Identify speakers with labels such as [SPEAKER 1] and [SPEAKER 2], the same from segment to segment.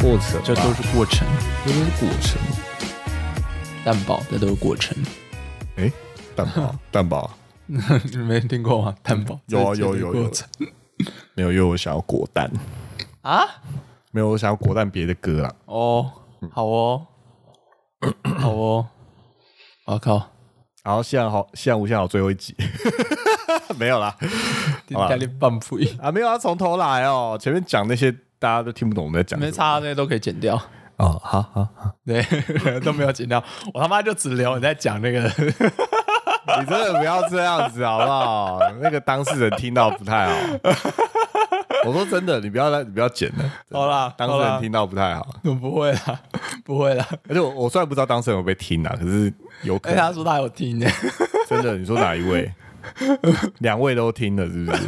[SPEAKER 1] 过程吧，
[SPEAKER 2] 这都是过程，
[SPEAKER 1] 这都是过程。
[SPEAKER 2] 蛋堡，这都是过程。
[SPEAKER 3] 哎，蛋 堡，蛋堡，
[SPEAKER 2] 你 没听过吗？蛋堡
[SPEAKER 3] 有啊
[SPEAKER 2] 这
[SPEAKER 3] 有有
[SPEAKER 2] 这个
[SPEAKER 3] 有
[SPEAKER 2] 过程
[SPEAKER 3] 没有，因为我想要果蛋，
[SPEAKER 2] 啊？
[SPEAKER 3] 没有，我想要果蛋别的歌啊。
[SPEAKER 2] 哦，好 哦，好哦，我靠，
[SPEAKER 3] 然后现在好，现在无限好最后一集， 没有啦，
[SPEAKER 2] 今天你半不赢，
[SPEAKER 3] 啊，没有啊，从头来哦，前面讲那些大家都听不懂我们在讲什么。
[SPEAKER 2] 没差，那些都可以剪掉。
[SPEAKER 3] 哦，好好好，
[SPEAKER 2] 对， 都没有剪掉，我他妈就只留你在讲 那个。
[SPEAKER 3] 你真的不要这样子好不好？那个当事人听到不太好。 我说真的，你不要来，你不要剪了。
[SPEAKER 2] 好啦，
[SPEAKER 3] 当
[SPEAKER 2] 好
[SPEAKER 3] 事
[SPEAKER 2] 啦
[SPEAKER 3] 人听到不太好，
[SPEAKER 2] 我不会啦， 不 会啦。
[SPEAKER 3] 而且我我虽然不知道当事人有被听啊，可是有可
[SPEAKER 2] 哎，
[SPEAKER 3] 能
[SPEAKER 2] 他说他有听耶，
[SPEAKER 3] 真的。你说哪一位？两位都听了是不是？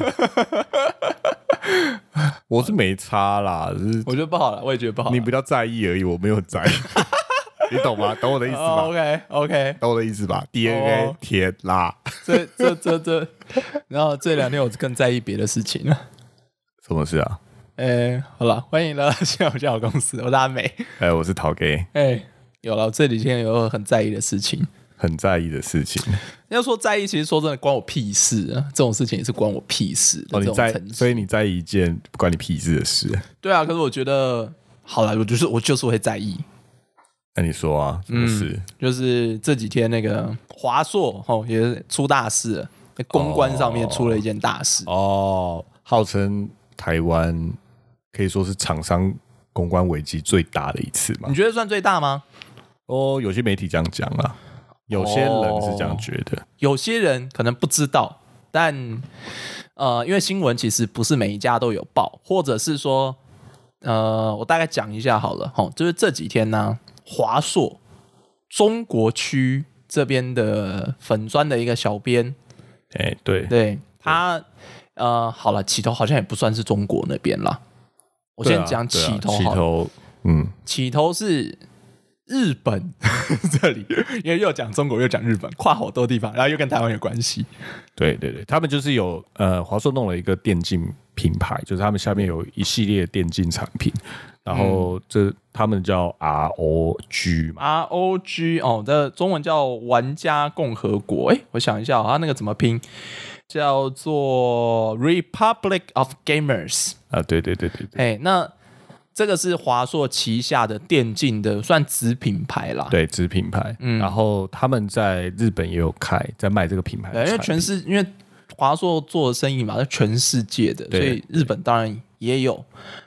[SPEAKER 3] 我是没差啦，就是
[SPEAKER 2] 我觉得不好了，我也觉得不好啦。
[SPEAKER 3] 你比较在意而已，我没有很在意，你懂吗？懂我的意思吧？
[SPEAKER 2] o k OK，
[SPEAKER 3] 懂我的意思吧？DNA
[SPEAKER 2] 哦
[SPEAKER 3] 铁啦，
[SPEAKER 2] 这这这这，然后这两天我更在意别的事情了。
[SPEAKER 3] 什么事啊？
[SPEAKER 2] 哎，好了，欢迎来到笑笑公司，我是阿美。
[SPEAKER 3] 哎，我是陶 gay，
[SPEAKER 2] 哎，有了，我这几天有很在意的事情。
[SPEAKER 3] 很在意的事情。
[SPEAKER 2] 要说在意，其实说真的，关我屁事啊！这种事情也是关我屁事的。
[SPEAKER 3] 哦，
[SPEAKER 2] 这
[SPEAKER 3] 你
[SPEAKER 2] 种
[SPEAKER 3] 在
[SPEAKER 2] 层，次
[SPEAKER 3] 所以你在意一件不关你屁事的事。
[SPEAKER 2] 对啊，可是我觉得，好了，我就是我就是会在意，
[SPEAKER 3] 那你说啊，什么事？
[SPEAKER 2] 嗯就是这几天那个华硕哦也是出大事了，在公关上面出了一件大事。
[SPEAKER 3] 哦，号称台湾可以说是厂商公关危机最大的一次嘛
[SPEAKER 2] 你。觉得算最大吗？
[SPEAKER 3] 哦，有些媒体这样讲啦，有些人是这样觉得。
[SPEAKER 2] 有些人可能不知道，但呃，因为新闻其实不是每一家都有报，或者是说，呃，我大概讲一下好了，吼，就是这几天呢，华硕中国区这边的粉砖的一个小编，
[SPEAKER 3] 哎、对，
[SPEAKER 2] 对他，呃，好了，起头好像也不算是中国那边啦。我
[SPEAKER 3] 对啊
[SPEAKER 2] 先讲
[SPEAKER 3] 对啊
[SPEAKER 2] 起头
[SPEAKER 3] 起
[SPEAKER 2] 好了，
[SPEAKER 3] 头，嗯，
[SPEAKER 2] 起头是日本 这里，因为又讲中国又讲日本，跨好多地方，然后又跟台湾有关系。
[SPEAKER 3] 对对对，他们就是有呃，华硕弄了一个电竞品牌，就是他们下面有一系列电竞产品，然
[SPEAKER 2] 嗯
[SPEAKER 3] 后这、他们叫 ROG 嘛，
[SPEAKER 2] R O G 哦，这中文叫玩家共和国。哎，我想一下、哦，它那个怎么拼？叫做 Republic of Gamers。
[SPEAKER 3] 啊，对对对对对
[SPEAKER 2] 哎，那这个是华硕旗下的电竞的算子品牌啦。
[SPEAKER 3] 对，子品牌，
[SPEAKER 2] 嗯
[SPEAKER 3] 然后他们在日本也有开，在卖这个品牌的
[SPEAKER 2] 哎对，因为
[SPEAKER 3] 产
[SPEAKER 2] 全
[SPEAKER 3] 品
[SPEAKER 2] 世因为华硕做的生意嘛，在全世界的，所
[SPEAKER 3] 对
[SPEAKER 2] 以日本当然也有。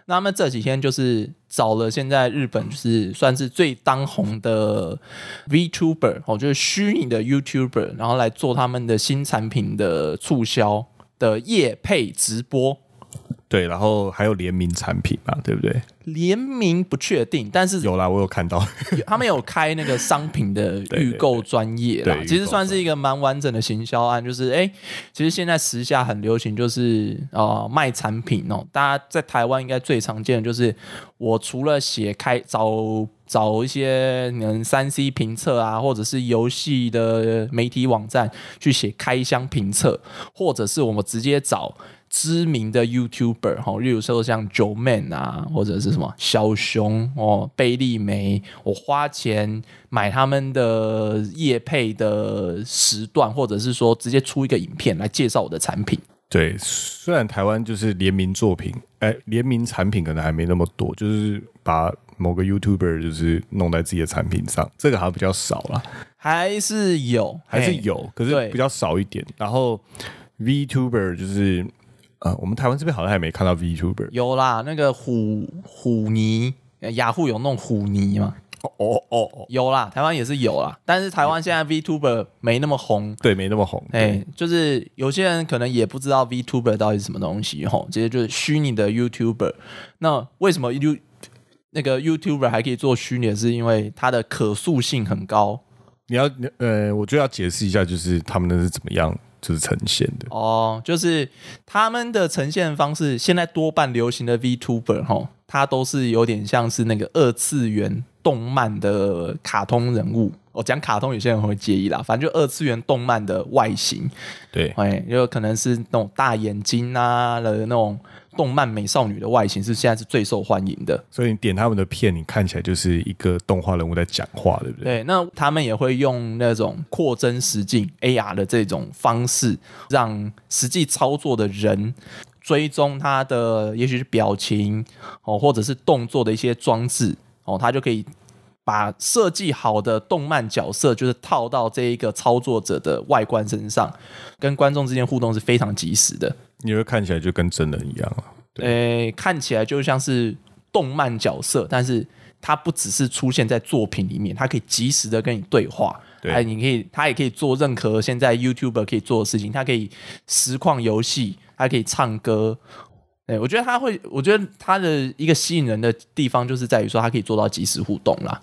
[SPEAKER 2] 那他们这几天就是找了现在日本就是算是最当红的 VTuber 哦，就是虚拟的 YouTuber，然后来做他们的新产品的促销的业配直播。
[SPEAKER 3] 对，然后还有联名产品嘛，对不对？
[SPEAKER 2] 联名不确定，但是
[SPEAKER 3] 有啦，我有看到，
[SPEAKER 2] 他们有开那个商品的预购专业啦
[SPEAKER 3] 对，
[SPEAKER 2] 其
[SPEAKER 3] 预
[SPEAKER 2] 实
[SPEAKER 3] 购
[SPEAKER 2] 算是一个蛮完整的行销案。就是哎、其实现在时下很流行，就是呃卖产品哦，大家在台湾应该最常见的就是，我除了写开找找一些嗯三 C 评测啊，或者是游戏的媒体网站去写开箱评测，或者是我们直接找。知名的 YouTuber 哈，例如说像九 man 啊，或者是什么小熊哦、贝利梅，我花钱买他们的业配的时段，或者是说直接出一个影片来介绍我的产品。
[SPEAKER 3] 对，虽然台湾就是联名作品，哎，联名产品可能还没那么多，就是把某个 YouTuber 就是弄在自己的产品上，这个还比较少啦，
[SPEAKER 2] 还是有，
[SPEAKER 3] 还是
[SPEAKER 2] 嘿，
[SPEAKER 3] 有，可
[SPEAKER 2] 对
[SPEAKER 3] 是比较少一点。然后 VTuber 就是，呃，我们台湾这边好像还没看到 VTuber。
[SPEAKER 2] 有啦。那个虎虎泥，呃雅虎有弄虎泥嘛？
[SPEAKER 3] 哦哦哦哦，
[SPEAKER 2] 有啦，台湾也是有啦，但是台湾现在 VTuber 没那么红，
[SPEAKER 3] 对，没那么红。
[SPEAKER 2] 哎、
[SPEAKER 3] 对，
[SPEAKER 2] 就是有些人可能也不知道 VTuber 到底是什么东西吼，其实就是虚拟的 YouTuber。那为什么 You 那个 YouTuber 还可以做虚拟的？是因为它的可塑性很高
[SPEAKER 3] 你要你呃，我就要解释一下，就是他们那是怎么样，就是呈现的。
[SPEAKER 2] 哦，就是他们的呈现方式，现在多半流行的 VTuber 吼，它都是有点像是那个二次元动漫的卡通人物。我、讲卡通，有些人会介意啦，反正就二次元动漫的外形。
[SPEAKER 3] 对，
[SPEAKER 2] 哎，有可能是那种大眼睛啊的那种动漫美少女的外形是现在是最受欢迎的。
[SPEAKER 3] 所以你点他们的片，你看起来就是一个动画人物在讲话，对不对？
[SPEAKER 2] 对，那他们也会用那种扩增实境 AR 的这种方式，让实际操作的人追踪他的，也许是表情哦，或者是动作的一些装置哦，他就可以把设计好的动漫角色，就是套到这一个操作者的外观身上，跟观众之间互动是非常及时的。
[SPEAKER 3] 你会看起来就跟真人一样啊。
[SPEAKER 2] 诶、呃看起来就像是动漫角色，但是它不只是出现在作品里面，它可以及时的跟你对话。
[SPEAKER 3] 对
[SPEAKER 2] 哎，你可以，它也可以做任何现在 YouTuber 可以做的事情，它可以实况游戏，它可以唱歌。哎，我觉得它会，我觉得它的一个吸引人的地方就是在于说，它可以做到即时互动啦。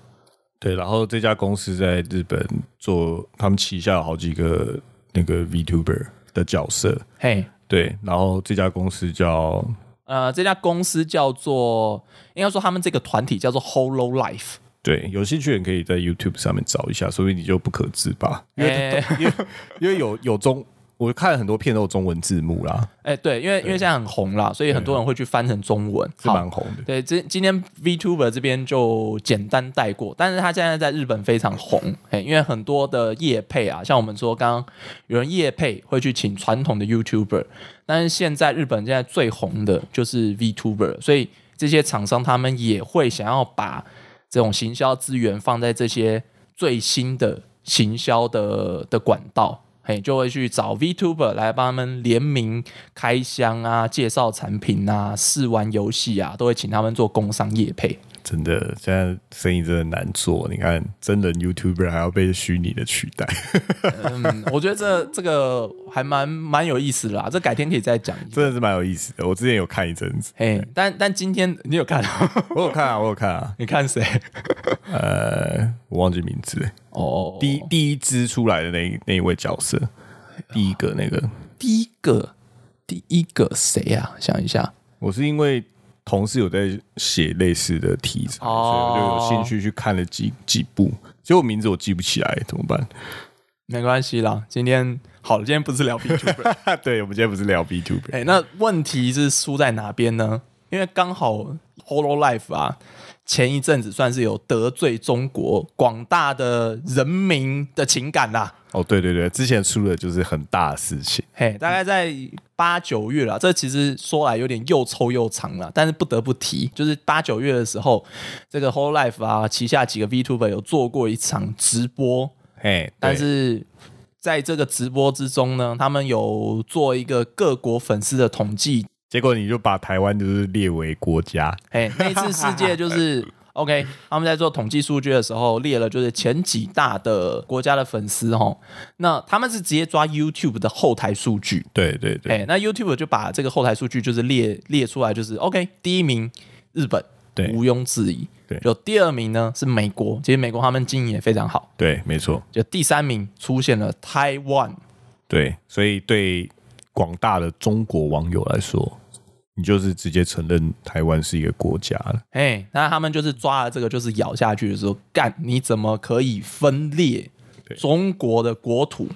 [SPEAKER 3] 对，然后这家公司在日本做，他们旗下有好几个那个 VTuber 的角色，
[SPEAKER 2] 嘿，
[SPEAKER 3] 对，然后这家公司叫
[SPEAKER 2] 呃，这家公司叫做，应该说他们这个团体叫做 Holo Life。
[SPEAKER 3] 对，有兴趣的人可以在 YouTube 上面找一下，说不定你就不可自拔，因为、
[SPEAKER 2] 哎
[SPEAKER 3] 因为因为有有中，我看很多片都有中文字幕啦，
[SPEAKER 2] 哎，对，因为因为现在很红啦，所以很多人会去翻成中文。
[SPEAKER 3] 是
[SPEAKER 2] 好
[SPEAKER 3] 蛮红的。
[SPEAKER 2] 对，今今天 VTuber 这边就简单带过，但是他现在在日本非常红，哎，因为很多的业配啊，像我们说刚刚有人业配会去请传统的 YouTuber，但是现在日本现在最红的就是 VTuber，所以这些厂商他们也会想要把这种行销资源放在这些最新的行销的的管道。嘿，就会去找 VTuber 来帮他们联名开箱啊，介绍产品啊，试玩游戏啊，都会请他们做工商业配。
[SPEAKER 3] 真的，现在生意真的难做。你看，真人 YouTuber 还要被虚拟的取代，
[SPEAKER 2] 嗯，我觉得这这个还蛮蛮有意思的啦，这改天可以再讲一下。
[SPEAKER 3] 真的是蛮有意思的。我之前有看一阵子，
[SPEAKER 2] 嘿，但但今天你有看？
[SPEAKER 3] 我有看啊，我有看啊，
[SPEAKER 2] 你看谁？
[SPEAKER 3] 呃，我忘记名字了。
[SPEAKER 2] 哦，
[SPEAKER 3] 第一第一支出来的那那一位角色，第一个那个，
[SPEAKER 2] 第一个第一个谁啊？想一下，
[SPEAKER 3] 我是因为同事有在写类似的题材，
[SPEAKER 2] 哦
[SPEAKER 3] 所以我就有兴趣去看了几几部。结果名字我记不起来，怎么办？
[SPEAKER 2] 没关系啦，今天好了，今天不是聊 VTuber。
[SPEAKER 3] 对，我们今天不是聊 B two B，
[SPEAKER 2] 哎、那问题是输在哪边呢？因为刚好 Holo Life 啊，前一阵子算是有得罪中国广大的人民的情感啊啦、
[SPEAKER 3] 哦，对对对，之前出的就是很大的事情，
[SPEAKER 2] 嘿，大概在八九月啦，这其实说来有点又臭又长了，但是不得不提，就是八九月的时候，这个 Whole Life 啊旗下几个 VTuber 有做过一场直播，
[SPEAKER 3] 嘿，
[SPEAKER 2] 但
[SPEAKER 3] 对
[SPEAKER 2] 是在这个直播之中呢，他们有做一个各国粉丝的统计，
[SPEAKER 3] 结果你就把台湾就是列为国家，
[SPEAKER 2] 嘿，那一次世界就是 OK，他们在做统计数据的时候列了就是前几大的国家的粉丝吼，那他们是直接抓 YouTube 的后台数据，
[SPEAKER 3] 对对对，
[SPEAKER 2] 哎、那 YouTube 就把这个后台数据就是列列出来，就是 OK，第一名日本，
[SPEAKER 3] 对
[SPEAKER 2] 毋庸置疑，
[SPEAKER 3] 对
[SPEAKER 2] 就第二名呢是美国，其实美国他们经营也非常好，
[SPEAKER 3] 对，没错，
[SPEAKER 2] 就第三名出现了台湾，
[SPEAKER 3] 对，所以对广大的中国网友来说，你就是直接承认台湾是一个国家了。
[SPEAKER 2] 哎，那他们就是抓了这个，就是咬下去的时候，干你怎么可以分裂
[SPEAKER 3] 对
[SPEAKER 2] 中国的国土？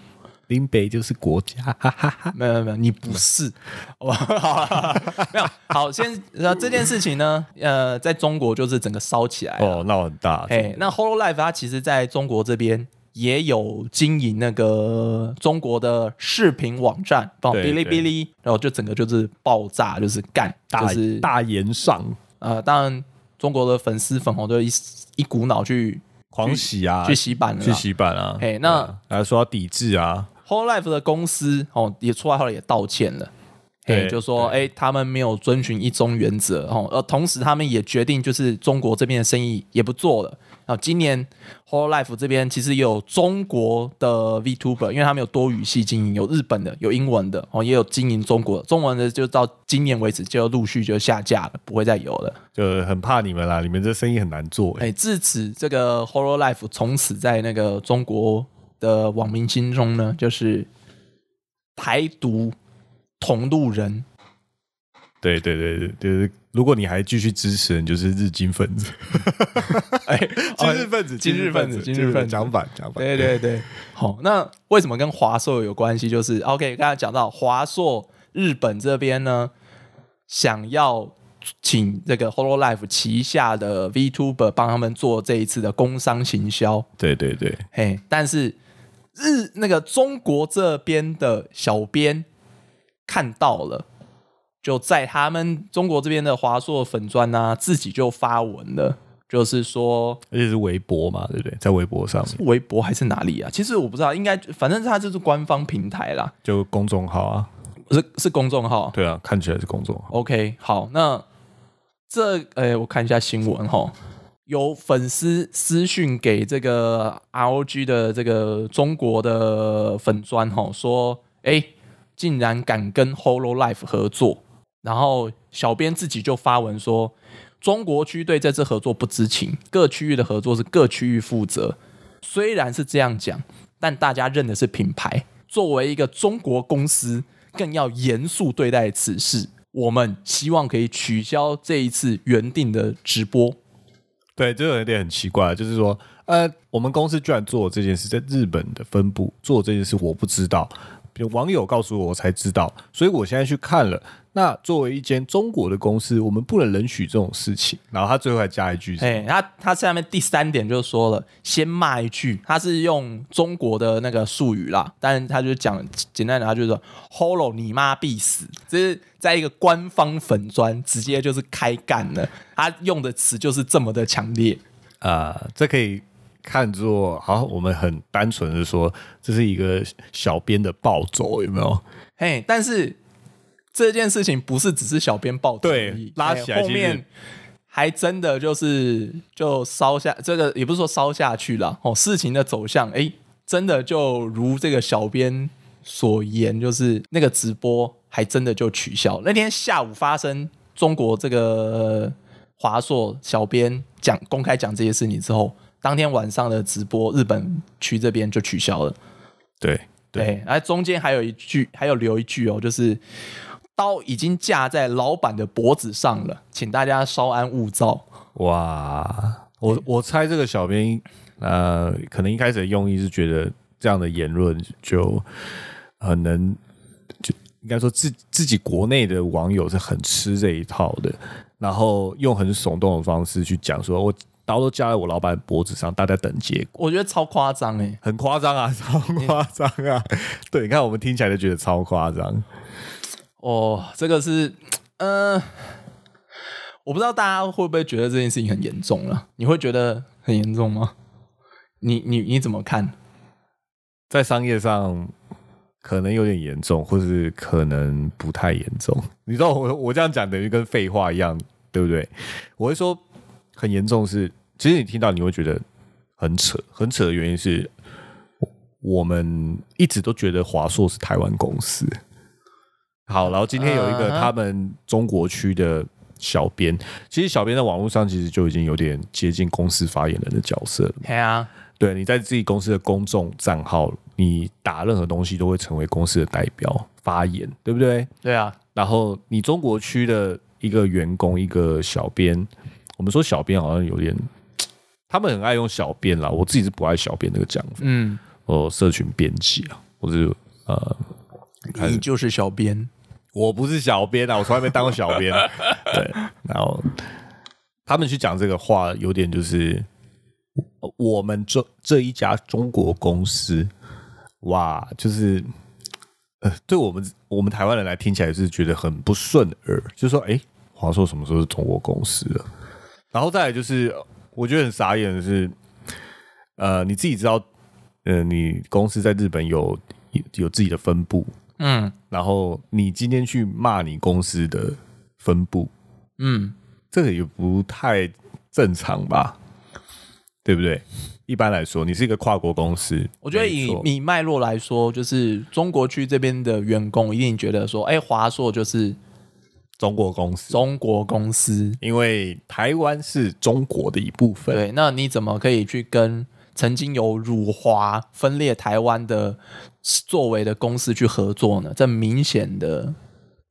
[SPEAKER 3] 林北就是国家，哈哈哈。
[SPEAKER 2] 没有没有没有，你不是， 好吧？好了， 没有好，先呃这件事情呢，呃，在中国就是整个烧起来了，
[SPEAKER 3] 哦，闹很大，
[SPEAKER 2] 哎、那 Holo Life 它其实在中国这边也有经营那个中国的视频网站，哦，
[SPEAKER 3] 对
[SPEAKER 2] 哔哩
[SPEAKER 3] 对
[SPEAKER 2] 哔哩，然后就整个就是爆炸，就是干，
[SPEAKER 3] 大、
[SPEAKER 2] 就是
[SPEAKER 3] 大言上
[SPEAKER 2] 呃，当然中国的粉丝粉红就一一股脑去
[SPEAKER 3] 狂喜啊，
[SPEAKER 2] 去洗版了
[SPEAKER 3] 去
[SPEAKER 2] 啦。
[SPEAKER 3] 洗版啊，
[SPEAKER 2] 嘿那
[SPEAKER 3] 对啊然后说要抵制啊，
[SPEAKER 2] Whole Life 的公司哦也出来后来也道歉了。嘿，
[SPEAKER 3] 对
[SPEAKER 2] 就说哎、他们没有遵循一中原则哦，呃，同时他们也决定就是中国这边的生意也不做了。啊，今年 Whole Life 这边其实也有中国的 VTuber，因为他们有多语系经营，有日本的，有英文的，哦，也有经营中国的。中文的就到今年为止就陆续就下架了，不会再有了。
[SPEAKER 3] 就很怕你们啦，你们这生意很难做、欸。
[SPEAKER 2] 哎，至此这个 Horror Life 从此在那个中国的网民心中呢，就是台独同路人。
[SPEAKER 3] 对对对对，就是如果你还继续支持，你就是日金分子，
[SPEAKER 2] 哎，
[SPEAKER 3] 今日分子，
[SPEAKER 2] 今日分子，今日分子。
[SPEAKER 3] 讲反讲反。
[SPEAKER 2] 对对对，好，那为什么跟华硕有关系？就是 OK，刚才讲到华硕日本这边呢，想要请这个 Hololive 旗下的 VTuber 帮他们做这一次的工商行销，
[SPEAKER 3] 对对对，
[SPEAKER 2] 嘿，但是日那个中国这边的小编看到了，就在他们中国这边的华硕粉砖啊，自己就发文了，就是说
[SPEAKER 3] 而且是微博嘛，对不对？在微博上面
[SPEAKER 2] 微博还是哪里啊？其实我不知道，应该反正它就是官方平台啦，
[SPEAKER 3] 就公众号啊，
[SPEAKER 2] 是是公众号。
[SPEAKER 3] 对啊，看起来是公众号，
[SPEAKER 2] OK，好，那这诶、我看一下新闻哈。有粉丝私讯给这个 ROG 的这个中国的粉砖哈，说哎、诶竟然敢跟 Hololive 合作，然后小编自己就发文说，中国区对这次合作不知情，各区域的合作是各区域负责。虽然是这样讲，但大家认的是品牌。作为一个中国公司，更要严肃对待此事。我们希望可以取消这一次原定的直播。
[SPEAKER 3] 对，这有一点很奇怪，就是说，呃，我们公司居然做这件事，在日本的分部做这件事，我不知道，比如网友告诉我，我才知道，所以我现在去看了。那作为一间中国的公司，我们不能允许这种事情。然后他最后还加一句是，
[SPEAKER 2] 哎，他他下面第三点就说了，先骂一句，他是用中国的那个术语啦，但是他就讲简单的，他就说 “holo 你妈必死”，这是在一个官方粉砖直接就是开干了，他用的词就是这么的强烈。
[SPEAKER 3] 啊，这可以看作好，我们很单纯的说，这是一个小编的暴走，有没有？
[SPEAKER 2] 嘿，但是这件事情不是只是小编报纸
[SPEAKER 3] 对
[SPEAKER 2] 而已
[SPEAKER 3] 拉
[SPEAKER 2] 嘿
[SPEAKER 3] 起来其
[SPEAKER 2] 后
[SPEAKER 3] 实
[SPEAKER 2] 面还真的就是就烧下这个，也不是说烧下去了哦，事情的走向，哎，真的就如这个小编所言，就是那个直播还真的就取消。那天下午发生中国这个华硕小编讲公开讲这些事情之后，当天晚上的直播，日本区这边就取消了。
[SPEAKER 3] 对对
[SPEAKER 2] 对，然后中间还有一句，还有留一句哦，就是刀已经架在老板的脖子上了，请大家稍安勿躁。
[SPEAKER 3] 哇，我我猜这个小编呃，可能一开始的用意是觉得这样的言论就很能就应该说自自己国内的网友是很吃这一套的，然后用很耸动的方式去讲说，我刀都架在我老板脖子上，大家等结果。
[SPEAKER 2] 我觉得超夸张哎、
[SPEAKER 3] 很夸张啊，超夸张啊！ 对，你看我们听起来就觉得超夸张。
[SPEAKER 2] 哦，这个是，嗯、我不知道大家会不会觉得这件事情很严重了？你会觉得很严重吗？你你你怎么看？
[SPEAKER 3] 在商业上可能有点严重，或是可能不太严重。你知道我我这样讲等于跟废话一样，对不对？我会说很严重是，其实你听到你会觉得很扯，很扯的原因是，我我们一直都觉得华硕是台湾公司。好，然后今天有一个
[SPEAKER 2] 嗯哼
[SPEAKER 3] 他们中国区的小编，其实小编在网络上其实就已经有点接近公司发言人的角色了。
[SPEAKER 2] 嘿啊，
[SPEAKER 3] 对，你在自己公司的公众账号，你打任何东西都会成为公司的代表发言，对不对？
[SPEAKER 2] 对啊，
[SPEAKER 3] 然后你中国区的一个员工，一个小编，我们说小编好像有点，他们很爱用小编啦，我自己是不爱小编这个讲法，
[SPEAKER 2] 嗯，
[SPEAKER 3] 哦，社群编辑啊，我是呃，
[SPEAKER 2] 你就是小编，
[SPEAKER 3] 我不是小编啊，我从来没当过小编。对，然后他们去讲这个话，有点就是呃我们这这一家中国公司，哇，就是呃，对我们我们台湾人来听起来是觉得很不顺耳，就说诶，华硕什么时候是中国公司了？然后再来就是，呃我觉得很傻眼的是，呃，你自己知道，呃，你公司在日本有有自己的分部，
[SPEAKER 2] 嗯
[SPEAKER 3] 然后你今天去骂你公司的分部，
[SPEAKER 2] 嗯，
[SPEAKER 3] 这个也不太正常吧？对不对？一般来说，你是一个跨国公司，
[SPEAKER 2] 我觉得
[SPEAKER 3] 没
[SPEAKER 2] 以
[SPEAKER 3] 错
[SPEAKER 2] 以脉络来说，就是中国区这边的员工一定觉得说，哎、华硕就是
[SPEAKER 3] 中国公司，
[SPEAKER 2] 中国公司，
[SPEAKER 3] 因为台湾是中国的一部分，
[SPEAKER 2] 对，那你怎么可以去跟曾经有辱华分裂台湾的作为的公司去合作呢？这明显的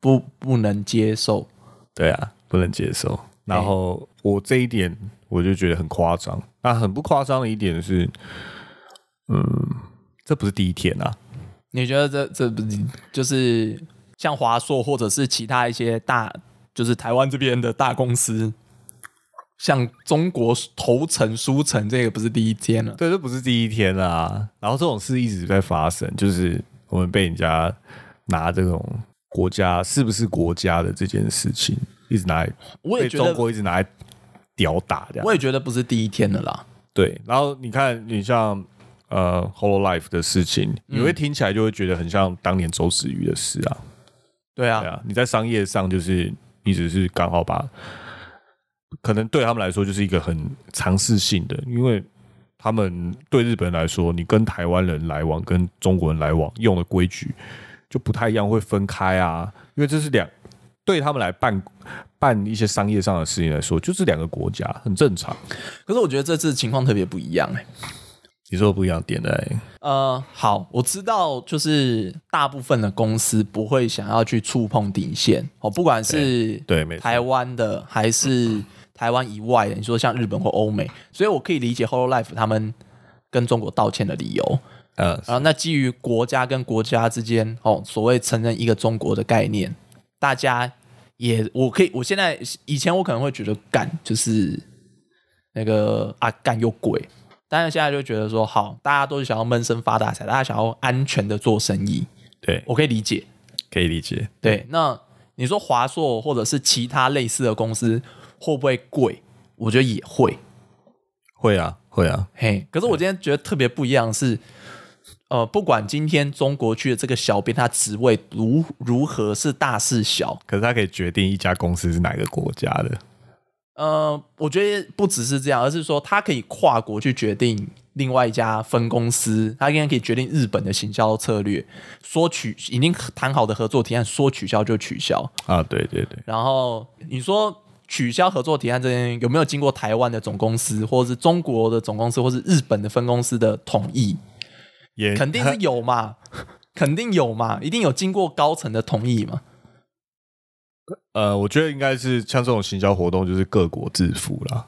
[SPEAKER 2] 不不能接受。
[SPEAKER 3] 对啊，不能接受。然后我这一点我就觉得很夸张。那很不夸张的一点是，嗯，这不是第一天啊，
[SPEAKER 2] 你觉得这这不就是像华硕或者是其他一些大就是台湾这边的大公司，像中国头城、书城，这个不是第一间了。
[SPEAKER 3] 对，这不是第一天啊。然后这种事一直在发生，就是我们被人家拿这种国家是不是国家的这件事情，一直拿来
[SPEAKER 2] 我也
[SPEAKER 3] 被
[SPEAKER 2] 觉
[SPEAKER 3] 中
[SPEAKER 2] 得，
[SPEAKER 3] 国一直拿来屌打这样
[SPEAKER 2] 我。也觉得不是第一天了啦。
[SPEAKER 3] 对，然后你看，你像呃 Hololive 的事情，你
[SPEAKER 2] 嗯
[SPEAKER 3] 会听起来就会觉得很像当年周子瑜的事啊。
[SPEAKER 2] 对啊，
[SPEAKER 3] 对啊，你在商业上就是你只是刚好把，可能对他们来说就是一个很尝试性的，因为他们对日本人来说，你跟台湾人来往跟中国人来往用的规矩就不太一样，会分开啊，因为这是两对他们来办办一些商业上的事情来说，就是两个国家，很正常。
[SPEAKER 2] 可是我觉得这次情况特别不一样哎、
[SPEAKER 3] 你说不一样点哎在
[SPEAKER 2] 呃，好，我知道，就是大部分的公司不会想要去触碰底线哦，不管是
[SPEAKER 3] 对没错
[SPEAKER 2] 台湾的还是台湾以外的，你说像日本或欧美，所以我可以理解 Hololive 他们跟中国道歉的理由。
[SPEAKER 3] 呃，
[SPEAKER 2] 然后，啊那基于国家跟国家之间哦，所谓承认一个中国的概念，大家也我可以，我现在以前我可能会觉得干就是那个啊干有鬼，但是现在就觉得说好，大家都是想要闷声发大财，大家想要安全的做生意，
[SPEAKER 3] 对，
[SPEAKER 2] 我可以理解。
[SPEAKER 3] 可以理解。
[SPEAKER 2] 对，那你说华硕或者是其他类似的公司会不会贵？我觉得也会，
[SPEAKER 3] 会啊，会啊，
[SPEAKER 2] 嘿，可是我今天觉得特别不一样的是，呃，不管今天中国区的这个小编他职位如如何是大是小，
[SPEAKER 3] 可是他可以决定一家公司是哪个国家的。
[SPEAKER 2] 呃，我觉得不只是这样，而是说他可以跨国去决定另外一家分公司，他应该可以决定日本的行销策略，说取已经谈好的合作提案说取消就取消，
[SPEAKER 3] 啊，对对对，
[SPEAKER 2] 然后你说取消合作提案这件有没有经过台湾的总公司，或者是中国的总公司，或是日本的分公司的同意？
[SPEAKER 3] 也
[SPEAKER 2] 肯定是 有嘛，肯定有嘛，一定有经过高层的同意嘛。
[SPEAKER 3] 呃，我觉得应该是像这种行销活动，就是各国自负啦，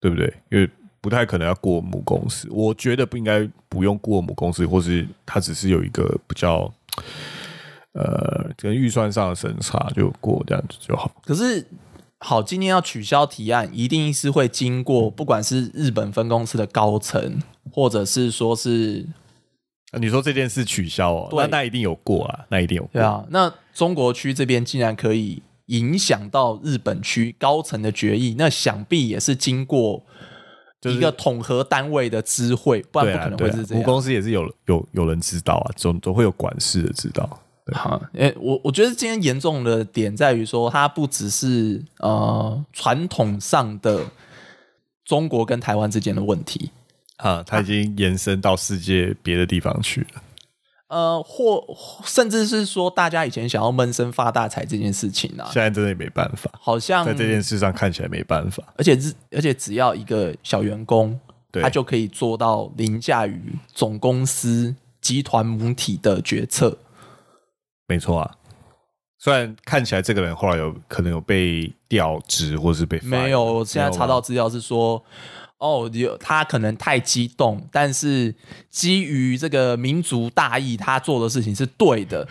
[SPEAKER 3] 对不对？因为不太可能要过母公司，我觉得不应该不用过母公司，或是它只是有一个比较呃，跟预算上的审查就过这样子就好。
[SPEAKER 2] 可是好，今天要取消提案，一定是会经过不管是日本分公司的高层，或者是说是
[SPEAKER 3] 啊你说这件事取消哦，
[SPEAKER 2] 对
[SPEAKER 3] 那那一定有过啊，那一定有过。
[SPEAKER 2] 对啊，那中国区这边竟然可以影响到日本区高层的决议，那想必也是经过。
[SPEAKER 3] 就是
[SPEAKER 2] 一个统合单位的知会，不然
[SPEAKER 3] 对
[SPEAKER 2] 不可
[SPEAKER 3] 啊，
[SPEAKER 2] 能
[SPEAKER 3] 对啊
[SPEAKER 2] 会是，这
[SPEAKER 3] 母
[SPEAKER 2] 样。
[SPEAKER 3] 公司也是有有有人知道啊，总总会有管事的知道。对
[SPEAKER 2] 好，诶、我我觉得今天严重的点在于说，它不只是呃传统上的中国跟台湾之间的问题，
[SPEAKER 3] 啊，它已经延伸到世界别的地方去了。
[SPEAKER 2] 呃，或或甚至是说大家以前想要闷声发大财这件事情啊，
[SPEAKER 3] 现在真的也没办法，
[SPEAKER 2] 好像
[SPEAKER 3] 在这件事上看起来没办法。
[SPEAKER 2] 而且日而且只要一个小员工，
[SPEAKER 3] 对
[SPEAKER 2] 他就可以做到凌驾于总公司集团母体的决策。
[SPEAKER 3] 没错啊，虽然看起来这个人后来有可能有被调职或是被 fire
[SPEAKER 2] 没有，我现在
[SPEAKER 3] 没
[SPEAKER 2] 查
[SPEAKER 3] 有
[SPEAKER 2] 到
[SPEAKER 3] 吗
[SPEAKER 2] 资料是说，哦，有他可能太激动，但是基于这个民族大义，他做的事情是对的，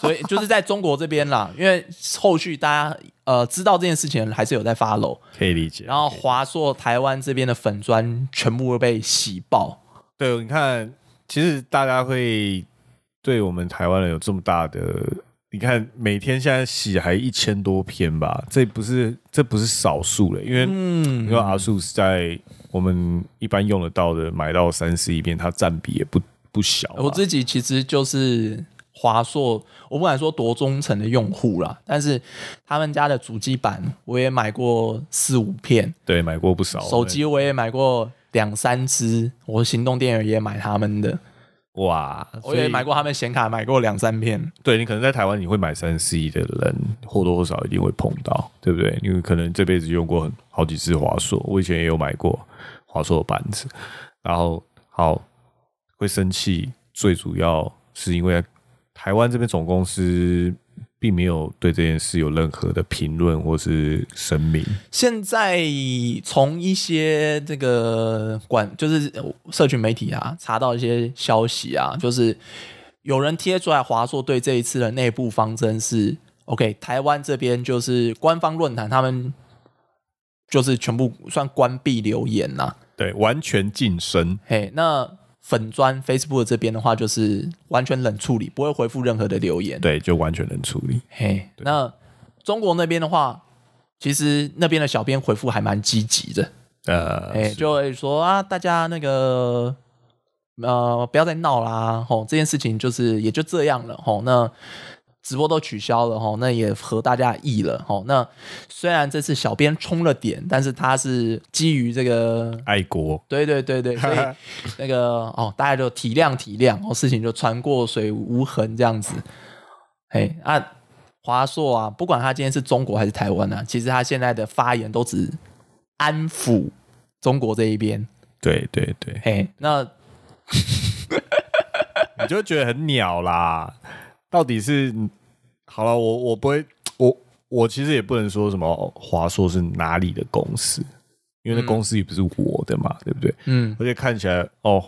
[SPEAKER 2] 所以就是在中国这边啦，因为后续大家呃知道这件事情的人还是有在 follow，
[SPEAKER 3] 可以理解。
[SPEAKER 2] 然后
[SPEAKER 3] 可以
[SPEAKER 2] 华硕台湾这边的粉砖全部都被洗爆，
[SPEAKER 3] 对，你看，其实大家会对我们台湾人有这么大的，你看每天现在洗还一千多篇吧，这不是这不是少数了，因为
[SPEAKER 2] 嗯
[SPEAKER 3] 因为阿树是在我们一般用得到的买到三十一篇，它占比也不不小啊。
[SPEAKER 2] 我自己其实就是华硕，我不敢说多忠诚的用户啦，但是他们家的主机板我也买过四五片。
[SPEAKER 3] 对买过不少
[SPEAKER 2] 手机我也买过两三只，我行动电源也买他们的，
[SPEAKER 3] 哇，
[SPEAKER 2] 我也
[SPEAKER 3] 所以
[SPEAKER 2] 买过他们显卡，买过两三片。
[SPEAKER 3] 对你可能在台湾你会买三 C 的人，或多或少一定会碰到，对不对？因为可能这辈子用过很好几次华硕，我以前也有买过华硕的板子。然后好会生气，最主要是因为台湾这边总公司并没有对这件事有任何的评论或是声明。
[SPEAKER 2] 现在从一些这个管，就是社群媒体啊，查到一些消息啊，就是有人贴出来华硕对这一次的内部方针是。 OK，台湾这边就是官方论坛，他们就是全部算关闭留言啊啦、
[SPEAKER 3] 对，完全晋升。
[SPEAKER 2] 嘿，那粉砖 Facebook 这边的话，就是完全冷处理，不会回复任何的留言。
[SPEAKER 3] 对，就完全能处理。
[SPEAKER 2] 嘿，那中国那边的话，其实那边的小编回复还蛮积极的，
[SPEAKER 3] 呃，
[SPEAKER 2] 哎、就会说啊，大家那个呃，不要再闹啦，吼，这件事情就是也就这样了，吼，那。直播都取消了吼，那也合大家意了吼。那虽然这次小编冲了点，但是他是基于这个
[SPEAKER 3] 爱国，
[SPEAKER 2] 对对对对，所以那个哦，大家就体谅体谅，哦，事情就船过水无痕这样子。哎，啊，华硕啊，不管他今天是中国还是台湾啊，其实他现在的发言都只安抚中国这一边。
[SPEAKER 3] 对对对，
[SPEAKER 2] 哎，那
[SPEAKER 3] 你就会觉得很鸟啦。到底是好了，我我不会，我我其实也不能说什么哦华硕是哪里的公司，因为那公司也不是我的嘛，对不对？
[SPEAKER 2] 嗯
[SPEAKER 3] 而且看起来哦，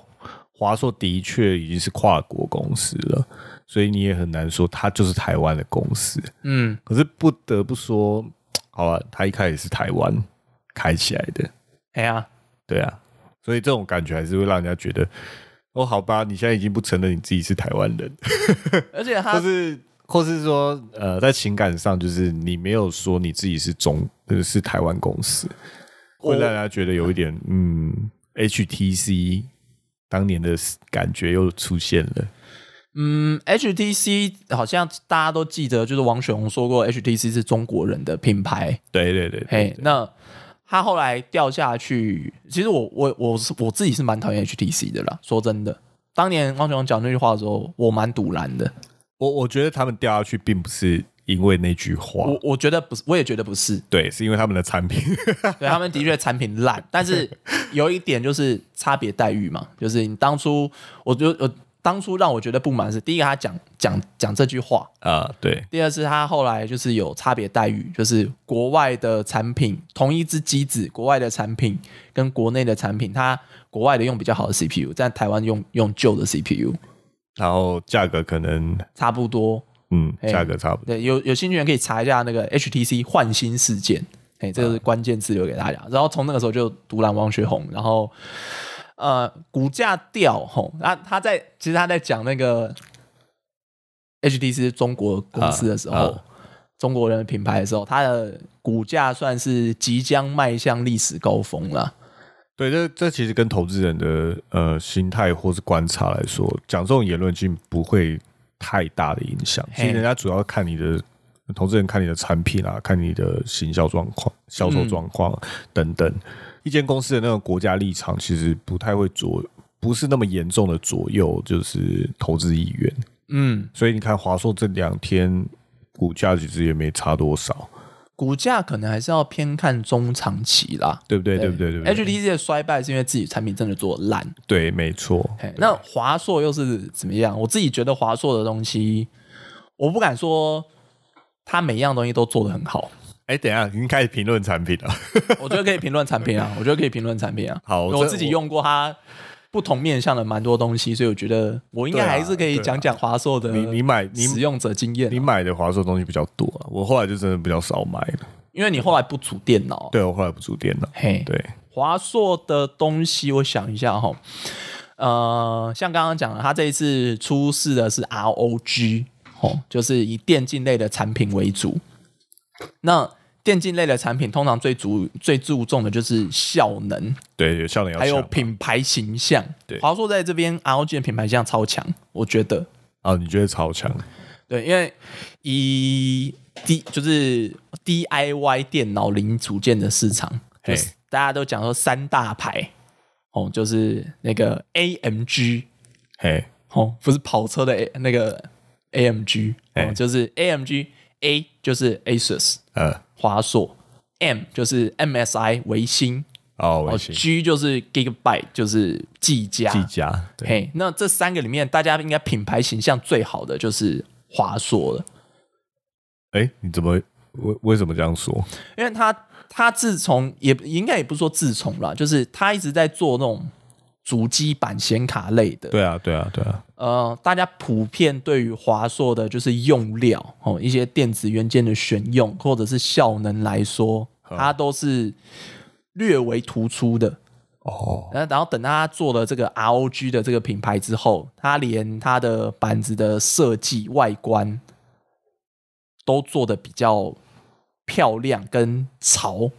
[SPEAKER 3] 华硕的确已经是跨国公司了，所以你也很难说它就是台湾的公司。
[SPEAKER 2] 嗯，
[SPEAKER 3] 可是不得不说，好了，它一开始是台湾开起来的，
[SPEAKER 2] 哎呀，
[SPEAKER 3] 对啊，所以这种感觉还是会让人家觉得，哦，好吧，你现在已经不承认你自己是台湾人，
[SPEAKER 2] 而且他
[SPEAKER 3] 或是或是说，呃，在情感上，就是你没有说你自己是中，呃是台湾公司，会让人家觉得有一点，嗯，HTC 当年的感觉又出现了，
[SPEAKER 2] 嗯，HTC 好像大家都记得，就是王雪红说过，HTC 是中国人的品牌。
[SPEAKER 3] 对对对
[SPEAKER 2] 嘿
[SPEAKER 3] 对，对
[SPEAKER 2] 那他后来掉下去，其实我我我是我自己是蛮讨厌 HTC 的啦。说真的，当年汪雄讲那句话的时候，我蛮堵然的。
[SPEAKER 3] 我我觉得他们掉下去，并不是因为那句话，
[SPEAKER 2] 我我觉得不是，我也觉得 不是。
[SPEAKER 3] 对，是因为他们的产品，
[SPEAKER 2] 对他们的确产品烂，但是有一点就是差别待 遇嘛，就是你当初我就我当初让我觉得不满是第一个他讲讲讲这句话，
[SPEAKER 3] 啊，对，
[SPEAKER 2] 第二是他后来就是有差别待遇，就是国外的产品，同一只机子，国外的产品跟国内的产品，它国外的用比较好的 CPU，但台湾用用旧的 CPU
[SPEAKER 3] 然后价格可能，
[SPEAKER 2] 差不多。
[SPEAKER 3] 嗯，
[SPEAKER 2] 哎
[SPEAKER 3] 价格差不多，
[SPEAKER 2] 对，有有兴趣的人可以查一下那个 HTC 换新事件，哎，这个
[SPEAKER 3] 嗯
[SPEAKER 2] 是关键字留给大家。然后从那个时候就独揽王学红，然后呃股价掉吼，那、他在其实他在讲那个 HTC 中国公司的时候。
[SPEAKER 3] 啊啊
[SPEAKER 2] 中国人的品牌的时候，它的股价算是即将迈向历史高峰了。
[SPEAKER 3] 对，这这其实跟投资人的呃心态或是观察来说，讲这种言论竟不会太大的影响。
[SPEAKER 2] 嘿
[SPEAKER 3] 其实人家主要看你的投资人看你的产品啊，看你的行销状况、销售状况、啊等等。一间公司的那种国家立场，其实不太会左，不是那么严重的左右就是投资意愿。
[SPEAKER 2] 嗯，
[SPEAKER 3] 所以你看华硕这两天股价其实也没差多少，
[SPEAKER 2] 股价可能还是要偏看中长期啦。
[SPEAKER 3] 对不对？对不对？对不对？
[SPEAKER 2] HTC 的衰败是因为自己产品真的做得烂，
[SPEAKER 3] 对，没错。
[SPEAKER 2] 嘿那华硕又是怎么样？我自己觉得华硕的东西，我不敢说它每一样东西都做得很好，
[SPEAKER 3] 哎，等一下，已经开始评论产品了。
[SPEAKER 2] 我觉得可以评论产品啊，我觉得可以评论产品啊。
[SPEAKER 3] 好
[SPEAKER 2] 我
[SPEAKER 3] 这
[SPEAKER 2] 自己用过它不同面向的蛮多东西，所以我觉得我应该
[SPEAKER 3] 对啊
[SPEAKER 2] 还是可以
[SPEAKER 3] 对啊
[SPEAKER 2] 讲讲华硕的
[SPEAKER 3] 你你买你
[SPEAKER 2] 使用者经验
[SPEAKER 3] 你
[SPEAKER 2] 啊，
[SPEAKER 3] 买的华硕东西比较多啊，我后来就真的比较少买了。
[SPEAKER 2] 因为你后来不组电脑，
[SPEAKER 3] 对我后来不住电脑，
[SPEAKER 2] 嘿，
[SPEAKER 3] 对
[SPEAKER 2] 华硕的东西，我想一下哈，呃，像刚刚讲的，它这一次出示的是 ROG 哦，就是以电竞类的产品为主。那电竞类的产品通常最主最注重的就是效能，
[SPEAKER 3] 对，效能要
[SPEAKER 2] 还有
[SPEAKER 3] 强嘛
[SPEAKER 2] 品牌形象。
[SPEAKER 3] 对
[SPEAKER 2] 华硕在这边 ROG 的品牌形象超强，我觉得。
[SPEAKER 3] 啊，你觉得超强？
[SPEAKER 2] 对，因为以 D 就是 DIY 电脑零组件的市场，
[SPEAKER 3] 嘿
[SPEAKER 2] 就是大家都讲说三大牌哦，就是那个 AMG
[SPEAKER 3] 嘿，
[SPEAKER 2] 哦，不是跑车的 A, 那个 AMG 哦，
[SPEAKER 3] 嘿
[SPEAKER 2] 就是 AMG A 就是 ASUS
[SPEAKER 3] 呃，
[SPEAKER 2] 华硕，M 就是 MSI 维新，
[SPEAKER 3] 哦，
[SPEAKER 2] 哦
[SPEAKER 3] 微信
[SPEAKER 2] ，G 就是 Gigabyte 就是技嘉，
[SPEAKER 3] 技嘉，对，
[SPEAKER 2] 嘿，那这三个里面，大家应该品牌形象最好的就是华硕了。
[SPEAKER 3] 哎，你怎么为为什么这样说？
[SPEAKER 2] 因为他他自从也应该也不是说自从啦，就是他一直在做那种主机版显卡类的，
[SPEAKER 3] 对啊，对啊，对啊，
[SPEAKER 2] 呃，大家普遍对于华硕的就是用料哦，一些电子元件的选用或者是效能来说，它都是略为突出的。
[SPEAKER 3] 嗯哦，
[SPEAKER 2] 然后，然后等他做了这个 ROG 的这个品牌之后，他连他的板子的设计外观都做的比较漂亮跟潮，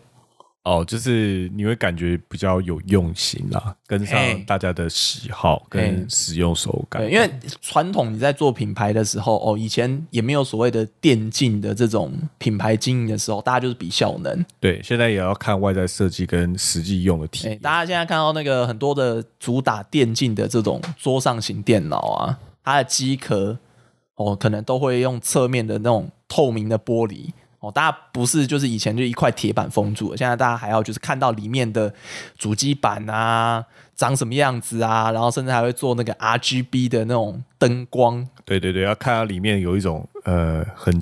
[SPEAKER 3] 哦，就是你会感觉比较有用心啦，跟
[SPEAKER 2] 哎
[SPEAKER 3] 上大家的喜好
[SPEAKER 2] 哎
[SPEAKER 3] 跟使用手感。
[SPEAKER 2] 对，因为传统你在做品牌的时候，哦，以前也没有所谓的电竞的这种品牌经营的时候，大家就是比效能。
[SPEAKER 3] 对，现在也要看外在设计跟实际用的体
[SPEAKER 2] 哎、
[SPEAKER 3] 验。
[SPEAKER 2] 大家现在看到那个很多的主打电竞的这种桌上型电脑啊，它的机壳哦，可能都会用侧面的那种透明的玻璃哦，大家不是就是以前就一块铁板封住了，现在大家还要就是看到里面的主机板啊长什么样子啊，然后甚至还会做那个 RGB 的那种灯光，
[SPEAKER 3] 对对对，要看它里面有一种呃，很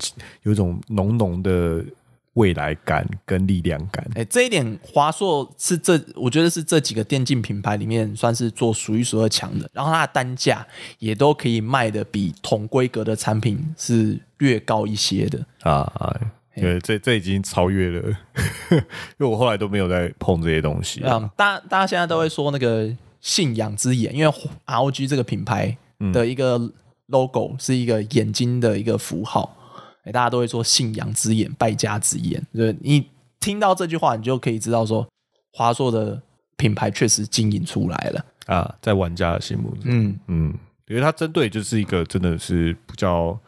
[SPEAKER 3] 有一种浓浓的未来感跟力量感。
[SPEAKER 2] 哎、这一点华硕是这，我觉得是这几个电竞品牌里面算是做数一数二强的，然后它的单价也都可以卖的比同规格的产品是略高一些的。
[SPEAKER 3] 啊啊！对，这这已经超越了， 因为我后来都没有在碰这些东西啊。
[SPEAKER 2] 嗯，大大家现在都会说那个信仰之眼，因为 ROG 这个品牌的一个 logo 是一个眼睛的一个符号，哎，大家都会说信仰之眼、败家之眼。就是你听到这句话，你就可以知道说华硕的品牌确实经营出来了。
[SPEAKER 3] 啊，在玩家的心目中，
[SPEAKER 2] 嗯。
[SPEAKER 3] 嗯，因为它针对就是一个真的是比较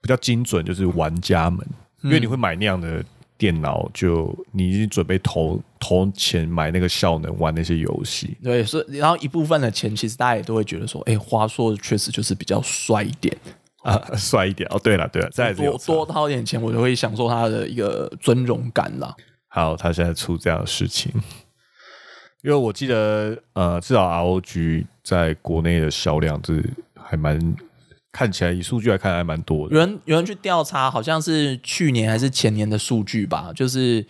[SPEAKER 3] 比较精准，就是玩家们，因为你会买那样的电脑，就你已经准备投投钱买那个效能玩那些游戏，
[SPEAKER 2] 对，所以然后一部分的钱，其实大家也都会觉得说，哎，华硕确实就是比较帅一点，
[SPEAKER 3] 啊，帅一点哦。对了，对了，再来是有
[SPEAKER 2] 多
[SPEAKER 3] 差
[SPEAKER 2] 多掏点钱，我就会享受它的一个尊荣感啦。
[SPEAKER 3] 好，他现在出这样的事情，因为我记得呃，至少 ROG 在国内的销量是还蛮看起来以数据来看还蛮多的
[SPEAKER 2] 有人有人去调查，好像是去年还是前年的数据吧，就是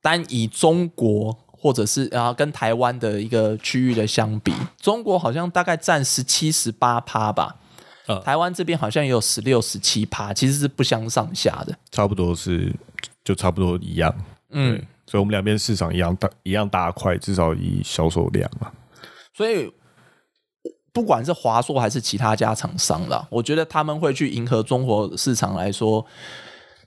[SPEAKER 2] 单以中国或者是然后跟台湾的一个区域的相比，中国好像大概占十七十八趴吧。
[SPEAKER 3] 嗯
[SPEAKER 2] 台湾这边好像也有十六、十七趴，其实是不相上下的。
[SPEAKER 3] 差不多是就差不多一样，
[SPEAKER 2] 嗯，
[SPEAKER 3] 所以我们两边市场一样大一样大块，至少以销售量啊，
[SPEAKER 2] 所以不管是华硕还是其他家厂商啦，我觉得他们会去迎合中国市场来说，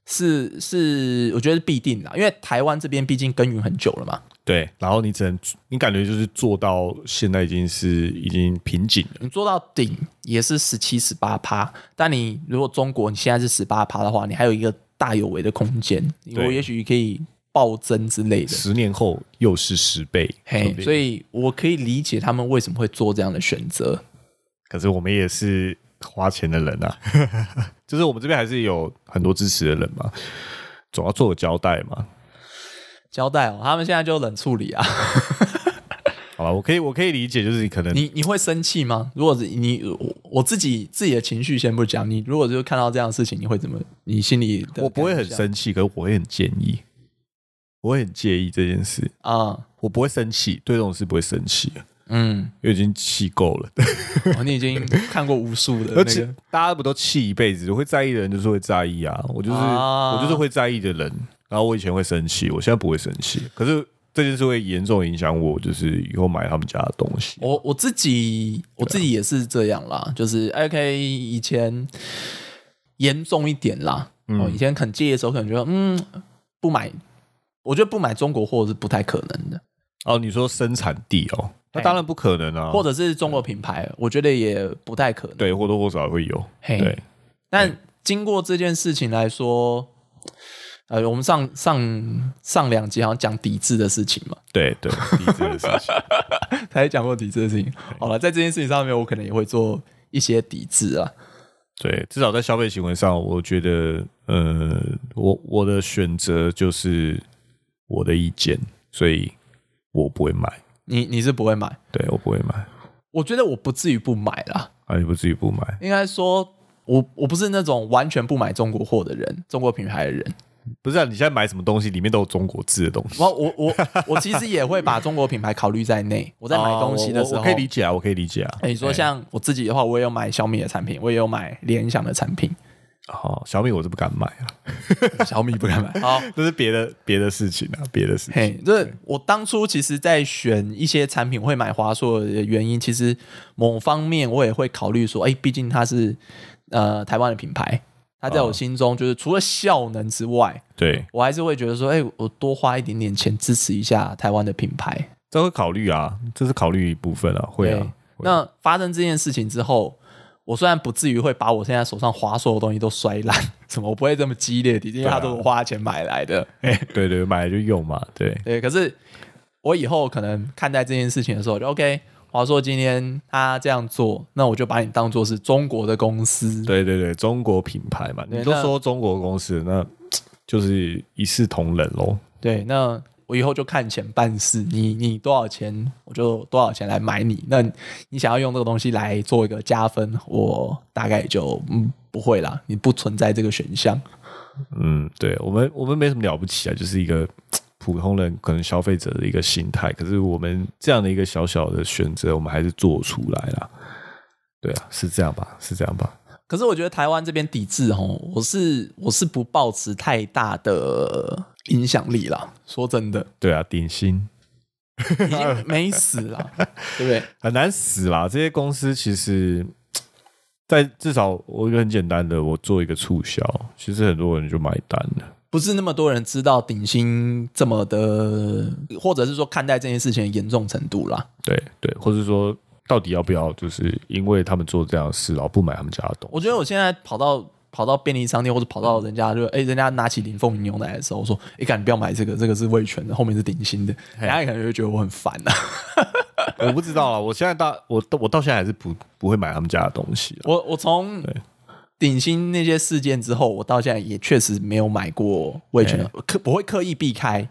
[SPEAKER 2] 是是，我觉得是必定啦，因为台湾这边毕竟耕耘很久了嘛。
[SPEAKER 3] 对，然后你只能你感觉就是做到现在已经是已经瓶颈了，
[SPEAKER 2] 你做到顶也是十七、十八趴，但你如果中国你现在是十八趴的话，你还有一个大有为的空间，我也许可以暴增之类的。
[SPEAKER 3] 十年后又是十倍，
[SPEAKER 2] 嘿，所
[SPEAKER 3] 以
[SPEAKER 2] 以我可以理解他们为什么会做这样的选择。
[SPEAKER 3] 可是我们也是花钱的人啊， 就是我们这边还是有很多支持的人嘛，总要做个交代嘛。
[SPEAKER 2] 交代哦，他们现在就冷处理啊。
[SPEAKER 3] 好吧，我可以，我可以理解，就是你可能
[SPEAKER 2] 你你会生气吗？如果是你我我自己自己的情绪先不讲，你如果就看到这样的事情，你会怎么？你心里的
[SPEAKER 3] 我不会很
[SPEAKER 2] 感想
[SPEAKER 3] 生气，可是我会很建议，我会很介意这件事，
[SPEAKER 2] 啊、
[SPEAKER 3] 我不会生气，对这种事不会生气，因
[SPEAKER 2] 嗯，
[SPEAKER 3] 为已经气够了。
[SPEAKER 2] 哦你已经看过无数的
[SPEAKER 3] 而
[SPEAKER 2] 那
[SPEAKER 3] 且
[SPEAKER 2] 个，
[SPEAKER 3] 大家不都气一辈子，会在意的人就是会在意啊，我就是、
[SPEAKER 2] 啊
[SPEAKER 3] 我就是会在意的人。然后我以前会生气，我现在不会生气，可是这件事会严重影响我，就是以后买他们家的东西。
[SPEAKER 2] 我我自己我自己也是这样啦，就是 OK 以前严重一点啦，
[SPEAKER 3] 嗯
[SPEAKER 2] 哦，以前很介意的时候，可能觉得嗯不买，我觉得不买中国货是不太可能的，
[SPEAKER 3] 哦，你说生产地哦，那
[SPEAKER 2] 哎
[SPEAKER 3] 当然不可能啊，
[SPEAKER 2] 或者是中国品牌，我觉得也不太可能。
[SPEAKER 3] 对或多或少会有，
[SPEAKER 2] 嘿
[SPEAKER 3] 对，
[SPEAKER 2] 但经过这件事情来说，呃，我们上上上两集好像讲抵制的事情嘛，
[SPEAKER 3] 对对，理智的事 情，
[SPEAKER 2] 才讲过抵制的事情。好了，在这件事情上面，我可能也会做一些抵制啊。
[SPEAKER 3] 对，至少在消费行为上，我觉得，呃，我我的选择就是我的意见，所以我不会买，
[SPEAKER 2] 你你是不会买，
[SPEAKER 3] 对我不会买，
[SPEAKER 2] 我觉得我不至于不买啦，
[SPEAKER 3] 啊，你不至于不买，
[SPEAKER 2] 应该说。我我不是那种完全不买中国货的人，中国品牌的人，
[SPEAKER 3] 不是啊，你现在买什么东西里面都有中国字的东西。
[SPEAKER 2] 我我我我其实也会把中国品牌考虑在 内。我在买东西的
[SPEAKER 3] 哦
[SPEAKER 2] 时候，
[SPEAKER 3] 我我可以理解啊，我可以理解啊。
[SPEAKER 2] 哎。你说像我自己的话，我也有买小米的产品，我也有买联想的产品。
[SPEAKER 3] 哦，小米我是不敢买啊，
[SPEAKER 2] 小米不敢买，好，
[SPEAKER 3] 那是别的别的事情啊，别的事情。
[SPEAKER 2] 嘿，这我当初其实，在选一些产品会买华硕的原因，其实某方面我也会考虑说，哎、毕竟它是呃台湾的品牌，它在我心中就是除了效能之外，
[SPEAKER 3] 对，
[SPEAKER 2] 我还是会觉得说，哎、我多花一点点钱支持一下台湾的品牌。
[SPEAKER 3] 这会考虑啊，这是考虑一部分啊，会
[SPEAKER 2] 对
[SPEAKER 3] 啊。会
[SPEAKER 2] 那发生这件事情之后，我虽然不至于会把我现在手上华硕的东西都摔烂， 什么我不会这么激烈的，因为它都是我花钱买来的。
[SPEAKER 3] 对对，买了就用嘛，对。
[SPEAKER 2] 对，可是我以后可能看待这件事情的时候，就 OK，华硕今天他这样做，那我就把你当做是中国的公司。
[SPEAKER 3] 对对对，中国品牌嘛，
[SPEAKER 2] 对
[SPEAKER 3] 你都
[SPEAKER 2] 那
[SPEAKER 3] 说中国公司，那就是一视同仁喽。
[SPEAKER 2] 对，那我以后就看钱办事，你你多少钱，我就多少钱来买你。那你想要用这个东西来做一个加分，我大概就嗯不会啦，你不存在这个选项。
[SPEAKER 3] 嗯，对我们我们没什么了不起啊，就是一个普通人可能消费者的一个心态。可是我们这样的一个小小的选择，我们还是做出来了。对啊，是这样吧？是这样吧？
[SPEAKER 2] 可是我觉得台湾这边抵制哦，我是我是不抱持太大的影响力啦。说真的，
[SPEAKER 3] 对啊，顶薪
[SPEAKER 2] 已经没死了，对不对？
[SPEAKER 3] 很难死啦。这些公司其实，在至少我觉得很简单的，我做一个促销，其实很多人就买单了。
[SPEAKER 2] 不是那么多人知道顶薪这么的，或者是说看待这件事情的严重程度啦。
[SPEAKER 3] 对对，或是说到底要不要，就是因为他们做这样的事，然后不买他们家的东西。
[SPEAKER 2] 我觉得我现在跑到跑到便利商店或者跑到人家就哎、人家拿起林凤营牛奶的时候，我说哎，干、你不要买这个，这个是味全的，后面是顶薪的，人家可能就会觉得我很烦啊。
[SPEAKER 3] 我不知道啊，我现在到我到我到现在还是不不会买他们家的东西啊。
[SPEAKER 2] 我我从
[SPEAKER 3] 对
[SPEAKER 2] 顶薪那些事件之后，我到现在也确实没有买过味全的，刻我会刻意避开。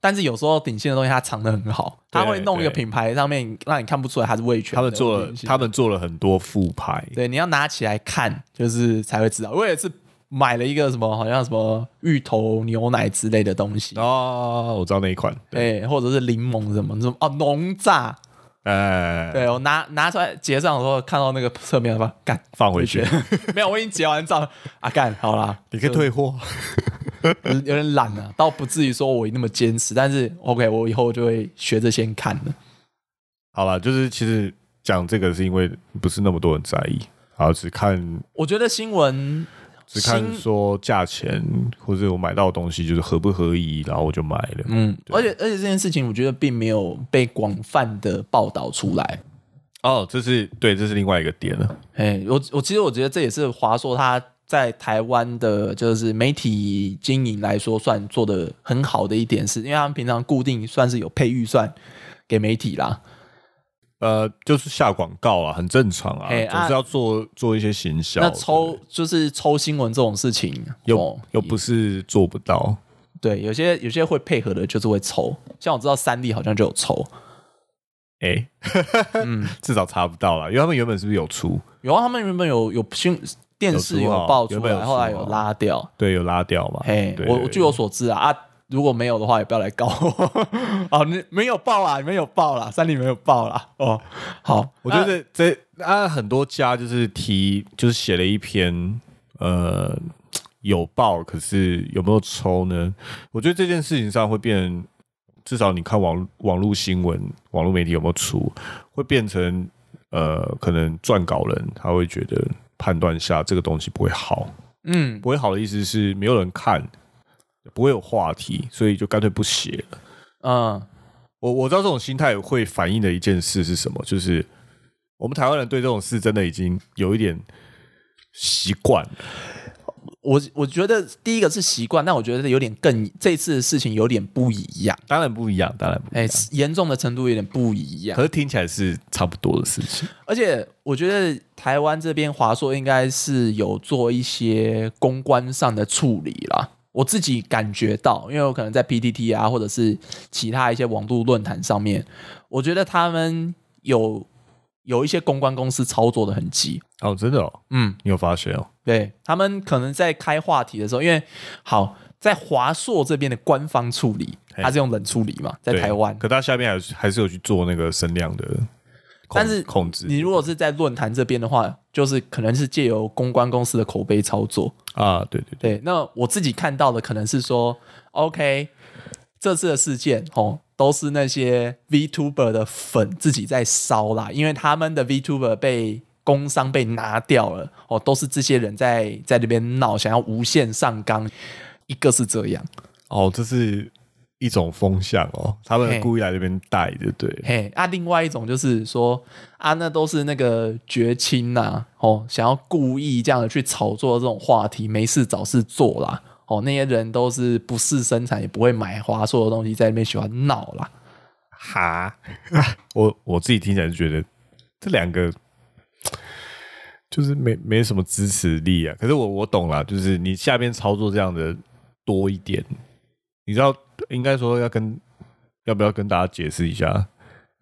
[SPEAKER 2] 但是有时候顶薪的东西它藏得很好，它
[SPEAKER 3] 对
[SPEAKER 2] 会弄一个
[SPEAKER 3] 对
[SPEAKER 2] 品牌上面让你看不出来它是味全的。
[SPEAKER 3] 他们做了
[SPEAKER 2] 顶，薪
[SPEAKER 3] 他们做了很多复牌，
[SPEAKER 2] 对，你要拿起来看，就是才会知道。我也是买了一个什么，好像什么芋头牛奶之类的东西，
[SPEAKER 3] 哦，我知道那一款，对，
[SPEAKER 2] 对，或者是柠檬什么什么哦，浓榨。
[SPEAKER 3] 哎，
[SPEAKER 2] 对我拿拿出来结账的时候，看到那个侧面吧，干
[SPEAKER 3] 放回去，
[SPEAKER 2] 没有，我已经结完账了啊，干好啦，
[SPEAKER 3] 你可以退货。
[SPEAKER 2] 有有点懒了、倒不至于说我那么坚持，但是 OK，我以后就会学着先看了。
[SPEAKER 3] 好了，就是其实讲这个是因为不是那么多人在意，然后只看
[SPEAKER 2] 我觉得新闻
[SPEAKER 3] 只看
[SPEAKER 2] 新
[SPEAKER 3] 说价钱或者我买到的东西就是合不合宜，然后我就买了。
[SPEAKER 2] 嗯，而且而且这件事情，我觉得并没有被广泛的报道出来。
[SPEAKER 3] 哦，这是对，这是另外一个点了。
[SPEAKER 2] 哎，我我其实我觉得这也是华硕它在台湾的，就是媒体经营来说，算做的很好的一点是，因为他们平常固定算是有配预算给媒体啦。
[SPEAKER 3] 呃，就是下广告啊，很正常啊，
[SPEAKER 2] 哎
[SPEAKER 3] 总
[SPEAKER 2] 啊
[SPEAKER 3] 是要做做一些行销。
[SPEAKER 2] 那
[SPEAKER 3] 对
[SPEAKER 2] 抽就是抽新闻这种事情，
[SPEAKER 3] 又
[SPEAKER 2] 哦
[SPEAKER 3] 又不是做不到。
[SPEAKER 2] 对，有些有些会配合的，就是会抽。像我知道三立好像就有抽，
[SPEAKER 3] 哎、
[SPEAKER 2] 嗯
[SPEAKER 3] 至少查不到啦，因为他们原本是不是有出？
[SPEAKER 2] 有啊，他们原本有有新电视
[SPEAKER 3] 有出哦
[SPEAKER 2] 爆出
[SPEAKER 3] 原本有
[SPEAKER 2] 来，
[SPEAKER 3] 出
[SPEAKER 2] 后来有
[SPEAKER 3] 哦
[SPEAKER 2] 拉掉。
[SPEAKER 3] 对，有拉掉嘛？
[SPEAKER 2] 嘿
[SPEAKER 3] 对，
[SPEAKER 2] 哎我
[SPEAKER 3] 对
[SPEAKER 2] 我
[SPEAKER 3] 对
[SPEAKER 2] 据我所知啊啊，如果没有的话，也不要来告我。 哦，你没有报啦，你没有报啦，三立没有报啦。哦，好，
[SPEAKER 3] 我觉
[SPEAKER 2] 那
[SPEAKER 3] 得这啊很多家就是提就是写了一篇呃有报，可是有没有抽呢？我觉得这件事情上会变，至少你看网网络新闻、网络媒体有没有出，会变成呃可能撰稿人他会觉得判断下这个东西不会好，
[SPEAKER 2] 嗯，
[SPEAKER 3] 不会好的意思是没有人看，不会有话题，所以就干脆不写了。
[SPEAKER 2] 嗯，
[SPEAKER 3] 我我知道这种心态会反映的一件事是什么，就是我们台湾人对这种事真的已经有一点习惯了。
[SPEAKER 2] 我我觉得第一个是习惯，但我觉得有点更这次的事情有点不一样，
[SPEAKER 3] 当然不一样，当然不一
[SPEAKER 2] 哎
[SPEAKER 3] 样。，
[SPEAKER 2] 严重的程度有点不一样
[SPEAKER 3] 可。是听起来是差不多的事情。
[SPEAKER 2] 而且我觉得台湾这边华硕应该是有做一些公关上的处理啦。我自己感觉到，因为我可能在 PTT 啊，或者是其他一些网络论坛上面，我觉得他们有有一些公关公司操作的很急。
[SPEAKER 3] 哦，真的哦，
[SPEAKER 2] 嗯，
[SPEAKER 3] 你有发现哦？
[SPEAKER 2] 对他们可能在开话题的时候，因为好，在华硕这边的官方处理，
[SPEAKER 3] 嘿
[SPEAKER 2] 它是用冷处理嘛，在
[SPEAKER 3] 对
[SPEAKER 2] 台湾。
[SPEAKER 3] 可它下面还是还是有去做那个声量的控，
[SPEAKER 2] 但是
[SPEAKER 3] 控制
[SPEAKER 2] 你如果是在论坛这边的话，就是可能是借由公关公司的口碑操作。
[SPEAKER 3] 啊，对对对，
[SPEAKER 2] 对，那我自己看到的可能是说，OK，这次的事件哦，都是那些 VTuber 的粉自己在烧啦，因为他们的 VTuber 被工商被拿掉了哦，都是这些人在在那边闹，想要无限上纲。一个是这样，
[SPEAKER 3] 哦，这是一种风向哦，他
[SPEAKER 2] 嘿
[SPEAKER 3] 们故意来这边带，对对了？
[SPEAKER 2] 嘿啊，另外一种就是说啊，那都是那个绝亲呐、哦，想要故意这样的去炒作这种话题，没事找事做啦，哦，那些人都是不是生产也不会买华硕的东西，在那边喜欢闹啦，
[SPEAKER 3] 哈， 我我自己听起来就觉得这两个就是没没什么支持力啊。可是我我懂了，就是你下边操作这样的多一点，你知道应该说要跟要不要跟大家解释一下？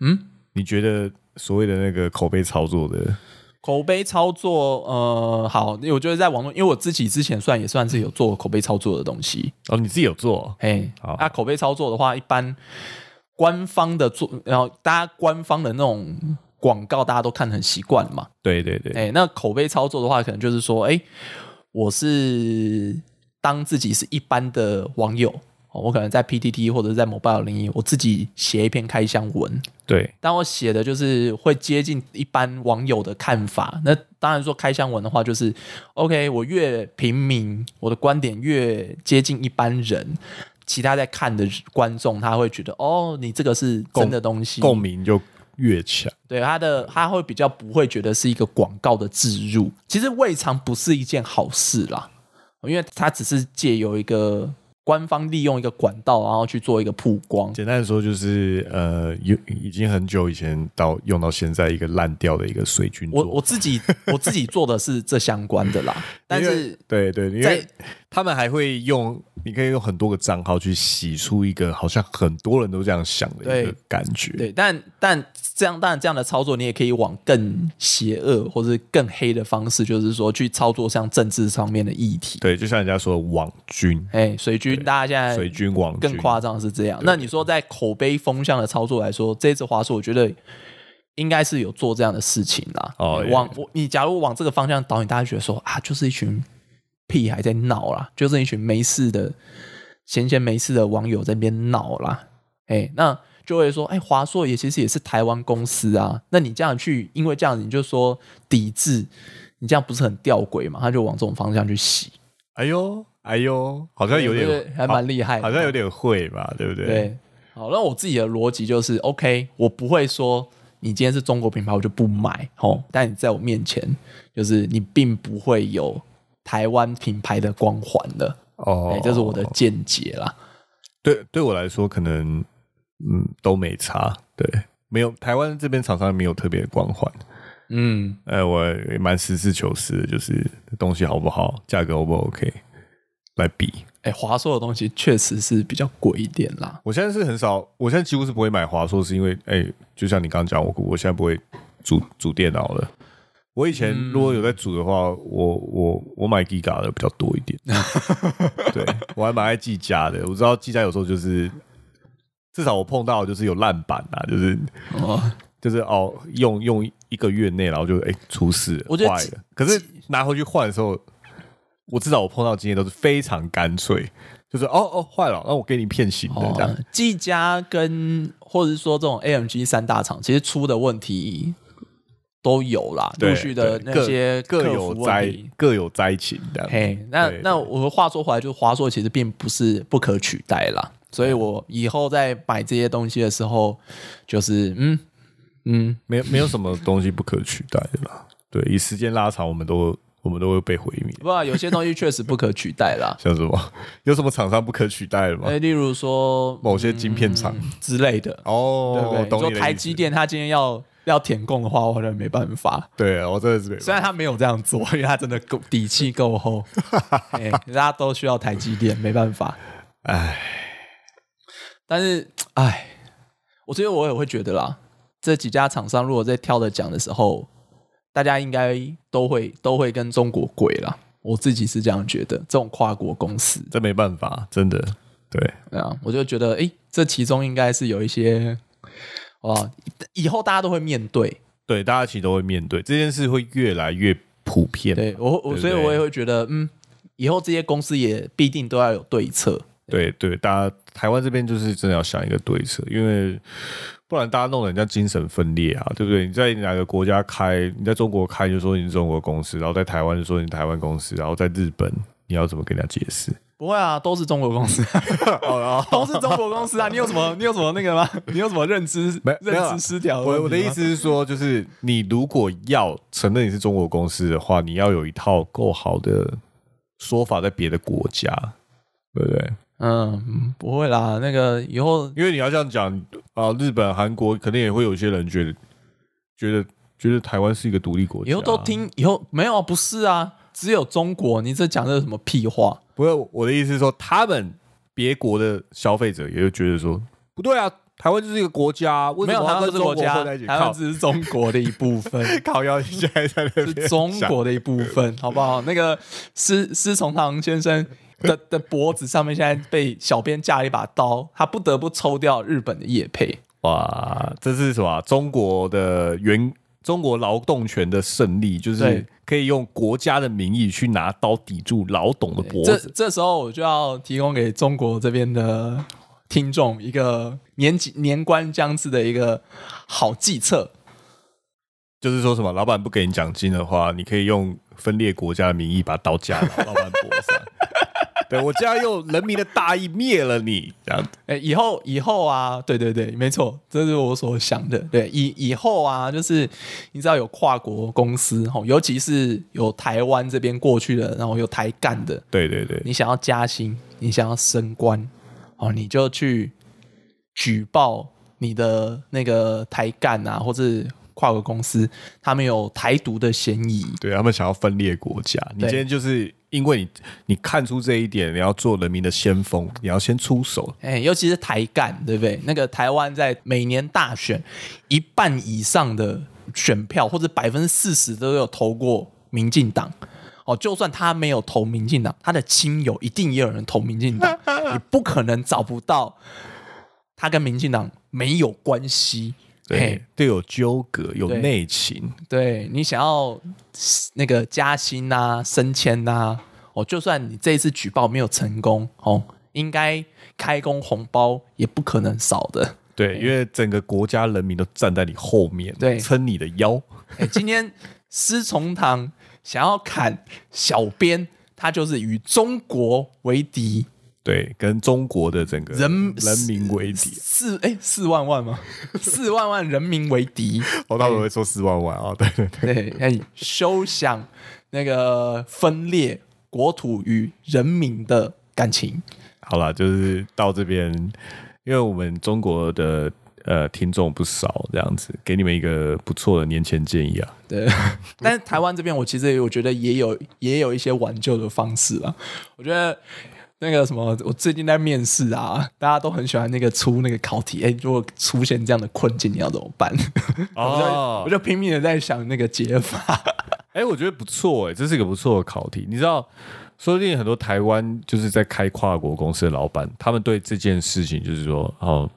[SPEAKER 2] 嗯，
[SPEAKER 3] 你觉得所谓的那个口碑操作的，
[SPEAKER 2] 口碑操作，呃，好，因为我觉得在网络，因为我自己之前算也算是有做口碑操作的东西，
[SPEAKER 3] 哦，你自己有做哦
[SPEAKER 2] 嘿，
[SPEAKER 3] 好
[SPEAKER 2] 啊，口碑操作的话，一般官方的做，然后大家官方的那种广告，大家都看得很习惯嘛，
[SPEAKER 3] 对对对，
[SPEAKER 2] 哎、那口碑操作的话，可能就是说，哎、我是当自己是一般的网友，哦我可能在 PTT 或者是在 Mobile 零一，我自己写一篇开箱文，
[SPEAKER 3] 对
[SPEAKER 2] 但我写的就是会接近一般网友的看法。那当然说开箱文的话，就是 OK，我越平民，我的观点越接近一般人。其他在看的观众，他会觉得哦，你这个是真的东西，
[SPEAKER 3] 共鸣就越强。
[SPEAKER 2] 对他的他会比较不会觉得是一个广告的植入，其实未尝不是一件好事啦，因为他只是借由一个官方利用一个管道，然后去做一个曝光。
[SPEAKER 3] 简单的说，就是呃，有已经很久以前到用到现在一个烂掉的一个水军做
[SPEAKER 2] 我
[SPEAKER 3] 法。
[SPEAKER 2] 我自己我自己做的是这相关的啦，但
[SPEAKER 3] 因
[SPEAKER 2] 是
[SPEAKER 3] 为对对，因为
[SPEAKER 2] 在
[SPEAKER 3] 他们还会用，你可以用很多个账号去洗出一个好像很多人都这样想的一
[SPEAKER 2] 对
[SPEAKER 3] 个感觉。
[SPEAKER 2] 对，但但这样当然这样的操作，你也可以往更邪恶或者更黑的方式，就是说去操作像政治上面的议题。
[SPEAKER 3] 对，就像人家说的网军、
[SPEAKER 2] 哎，水军，大家现在
[SPEAKER 3] 水军、网军
[SPEAKER 2] 更夸张的是这样。那你说在口碑风向的操作来说，这次华硕我觉得应该是有做这样的事情啦。
[SPEAKER 3] 哦
[SPEAKER 2] 哎
[SPEAKER 3] 也
[SPEAKER 2] 往我你假如往这个方向导引，大家觉得说啊，就是一群屁孩在闹啦，就是一群没事的闲闲没事的网友在那边闹啦。哎，那就会说，哎，华硕也其实也是台湾公司啊。那你这样去，因为这样你就说抵制，你这样不是很吊诡嘛？他就往这种方向去洗，
[SPEAKER 3] 哎呦哎呦，好像有
[SPEAKER 2] 对
[SPEAKER 3] 点
[SPEAKER 2] 还蛮厉害的
[SPEAKER 3] 好，好像有点会嘛，对不对？
[SPEAKER 2] 对，好，那我自己的逻辑就是，OK，我不会说你今天是中国品牌，我就不买哦。但你在我面前，就是你并不会有台湾品牌的光环的，哎、
[SPEAKER 3] 哦，
[SPEAKER 2] 这是我的见解啦。
[SPEAKER 3] 对，对我来说可能嗯都没差，对，没有台湾这边厂商没有特别的光环。
[SPEAKER 2] 嗯，
[SPEAKER 3] 呃，我也蛮实事求是的，就是东西好不好，价格 O 不 OK 来比。
[SPEAKER 2] 哎、华硕的东西确实是比较贵一点啦。
[SPEAKER 3] 我现在是很少，我现在几乎是不会买华硕，是因为哎、就像你刚刚讲，我我现在不会组组电脑了。我以前如果有在组的话，我我我买 Giga 的比较多一 点，对我还蛮爱技嘉的。我知道技嘉有时候就是，至少我碰到的就是有烂板啊，就是
[SPEAKER 2] 哦，
[SPEAKER 3] 就是哦，用用一个月内，然后就哎、出事了，
[SPEAKER 2] 我觉得
[SPEAKER 3] 坏
[SPEAKER 2] 技
[SPEAKER 3] 了。可是拿回去换的时候，我至少我碰到经验都是非常干脆，就是哦哦坏了，那我给你片型的这样。
[SPEAKER 2] 哦，技嘉跟或者是说这种 AMG 三大厂，其实出的问题都有啦，
[SPEAKER 3] 对
[SPEAKER 2] 陆续的
[SPEAKER 3] 对
[SPEAKER 2] 那些
[SPEAKER 3] 各各
[SPEAKER 2] 客
[SPEAKER 3] 有
[SPEAKER 2] 服问
[SPEAKER 3] 灾
[SPEAKER 2] 题
[SPEAKER 3] 各有灾情这样。
[SPEAKER 2] 嘿，那
[SPEAKER 3] 对
[SPEAKER 2] 那
[SPEAKER 3] 对
[SPEAKER 2] 我话说回来，就是华硕其实并不是不可取代啦，所以我以后在买这些东西的时候，就是嗯嗯，
[SPEAKER 3] 没有没有什么东西不可取代的啦。对，以时间拉长，我们都我们都会被毁灭。
[SPEAKER 2] 不啊，有些东西确实不可取代
[SPEAKER 3] ，
[SPEAKER 2] 啦
[SPEAKER 3] 像什么，有什么厂商不可取代的吗？
[SPEAKER 2] 哎，例如说
[SPEAKER 3] 某些晶片厂。
[SPEAKER 2] 之类的，嗯对不
[SPEAKER 3] 哦，
[SPEAKER 2] 对？
[SPEAKER 3] 懂
[SPEAKER 2] 你
[SPEAKER 3] 你
[SPEAKER 2] 说
[SPEAKER 3] 的
[SPEAKER 2] 台
[SPEAKER 3] 意思
[SPEAKER 2] 积，电它今天要要舔供的话，我可能没办法。
[SPEAKER 3] 对我真的是没办法
[SPEAKER 2] 虽然它没有这样做，因为它真的够底气 够厚，哎，大家都需要台积电，没办法。
[SPEAKER 3] 哎，
[SPEAKER 2] 但是，唉，我所以我也会觉得啦，这几家厂商如果在挑着讲的时候，大家应该都会都会跟中国鬼啦。我自己是这样觉得，这种跨国公司，
[SPEAKER 3] 这没办法，真的。对，
[SPEAKER 2] 对啊，我就觉得，诶，这其中应该是有一些，哦，以后大家都会面对，
[SPEAKER 3] 对，大家其实都会面对这件事，会越来越普遍。
[SPEAKER 2] 对我，我
[SPEAKER 3] 对
[SPEAKER 2] 所以
[SPEAKER 3] 对
[SPEAKER 2] 我也会觉得，嗯，以后这些公司也必定都要有对策，
[SPEAKER 3] 对对，大家台湾这边就是真的要想一个对策，因为不然大家弄得人家精神分裂啊，对不对？你在哪个国家开，你在中国开就说你是中国公司，然后在台湾就说你台湾公司，然后在日本你要怎么跟人家解释？
[SPEAKER 2] 不会啊，都是中国公司，都是中国公司啊！你有什么？你有什么那个吗？你有什么认知
[SPEAKER 3] 没没有
[SPEAKER 2] 认
[SPEAKER 3] 啊
[SPEAKER 2] 知失调？
[SPEAKER 3] 我我的意，思是说，就是你如果要承认你是中国公司的话，你要有一套够好的说法在别的国家，对不对？
[SPEAKER 2] 嗯，不会啦。那个以后
[SPEAKER 3] 因为你要这样讲啊，日本、韩国肯定也会有一些人觉得觉得觉得台湾是一个独立国家，啊
[SPEAKER 2] 以后都。听，以后没有啊，不是啊，只有中国。你这讲的是什么屁话？
[SPEAKER 3] 不是我的意思是说，他们别国的消费者也会觉得说，不对啊，台湾就是一个国家，为
[SPEAKER 2] 没
[SPEAKER 3] 什
[SPEAKER 2] 有，
[SPEAKER 3] 么
[SPEAKER 2] 台
[SPEAKER 3] 要跟
[SPEAKER 2] 湾不是
[SPEAKER 3] 中国
[SPEAKER 2] 国家，
[SPEAKER 3] 混在一起？
[SPEAKER 2] 台湾
[SPEAKER 3] 靠
[SPEAKER 2] 只是中国的一部 分，
[SPEAKER 3] 靠腰，你现在在那边
[SPEAKER 2] 是中
[SPEAKER 3] 想
[SPEAKER 2] 国的一部分，好不好？那个施施崇棠先生 的的脖子上面现在被小编架了一把刀，他不得不抽掉日本的叶配。
[SPEAKER 3] 哇，这是什么啊？中国的原中国劳动权的胜利，就
[SPEAKER 2] 对
[SPEAKER 3] 是可以用国家的名义去拿刀抵住老董的脖
[SPEAKER 2] 这
[SPEAKER 3] 子。
[SPEAKER 2] 这时候我就要提供给中国这边的听众一个年纪年关将至的一个好计策。
[SPEAKER 3] 就是说什么，老板不给你奖金的话，你可以用分裂国家的名义把刀架 到老板脖上。对我就要用人民的大义灭了你，这样子
[SPEAKER 2] 哎，以后以后啊，对对对，没错，这是我所想的。对，以以后啊，就是你知道有跨国公司吼，尤其是有台湾这边过去的，然后有台干的，
[SPEAKER 3] 对对对，
[SPEAKER 2] 你想要加薪，你想要升官，哦，你就去举报你的那个台干啊，或是跨国公司，他们有台独的嫌疑。
[SPEAKER 3] 对他们想要分裂国家。你
[SPEAKER 2] 对
[SPEAKER 3] 今天就是因为你你看出这一点，你要做人民的先锋，你要先出手。
[SPEAKER 2] 哎、尤其是台干，对不对？那个台湾在每年大选一半以上的选票，或者百分之四十都有投过民进党。哦，就算他没有投民进党，他的亲友一定也有人投民进党，你不可能找不到他跟民进党没有关系。嘿
[SPEAKER 3] 对，对，有纠葛，有
[SPEAKER 2] 对
[SPEAKER 3] 内情，
[SPEAKER 2] 对你想要那个加薪呐、升迁呐、哦，就算你这一次举报没有成功，哦，应该开工红包也不可能少的。
[SPEAKER 3] 对，因为整个国家人民都站在你后面，
[SPEAKER 2] 对
[SPEAKER 3] 撑你的腰。
[SPEAKER 2] 哎，今天施崇棠想要砍小编，他就是与中国为敌，
[SPEAKER 3] 对，跟中国的整个
[SPEAKER 2] 人
[SPEAKER 3] 人民为敌，
[SPEAKER 2] 四哎四万万吗？四万万人民为敌，
[SPEAKER 3] 哦，他们会说四万万啊、对对对，
[SPEAKER 2] 对，哎，休想那个分裂国土与人民的感情。
[SPEAKER 3] 好啦，就是到这边，因为我们中国的呃听众不少，这样子给你们一个不错的年前建议啊，
[SPEAKER 2] 对， 但是台湾这边我其实也我觉得也有也有一些挽救的方式啊。我觉得那个什么，我最近在面试啊，大家都很喜欢那个出那个考题，哎、如果出现这样的困境，你要怎么办？ 我
[SPEAKER 3] 哦
[SPEAKER 2] 就我就拼命的在想那个解法。
[SPEAKER 3] 哎、我觉得不错哎、这是一个不错的考题。你知道，说不定很多台湾就是在开跨国公司的老板，他们对这件事情就是说，哦，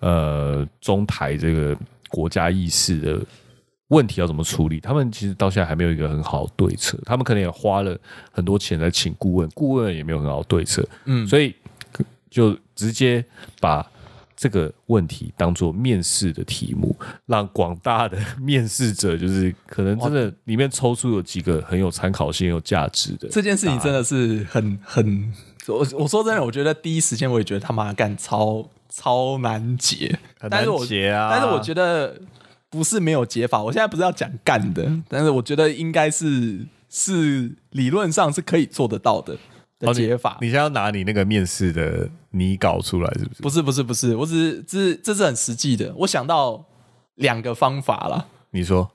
[SPEAKER 3] 呃，中台这个国家意识的问题要怎么处理，他们其实到现在还没有一个很好的对策。他们可能也花了很多钱来请顾问，顾问也没有很好的对策，嗯，所以就直接把。这个问题当做面试的题目，让广大的面试者就是可能真的里面抽出有几个很有参考性、有价值的
[SPEAKER 2] 这件事情真的是很很，我我说真的，我觉得第一时间我也觉得他妈干超超难解，
[SPEAKER 3] 很难
[SPEAKER 2] 但是我
[SPEAKER 3] 解啊
[SPEAKER 2] 但是我觉得不是没有解法，我现在不是要讲干的，但是我觉得应该是是理论上是可以做得到的的
[SPEAKER 3] 哦你
[SPEAKER 2] 解法。
[SPEAKER 3] 你现在要拿你那个面试的拟稿出来，是不是？
[SPEAKER 2] 不是不是不是，我只是这是这是很实际的，我想到两个方法啦。
[SPEAKER 3] 你说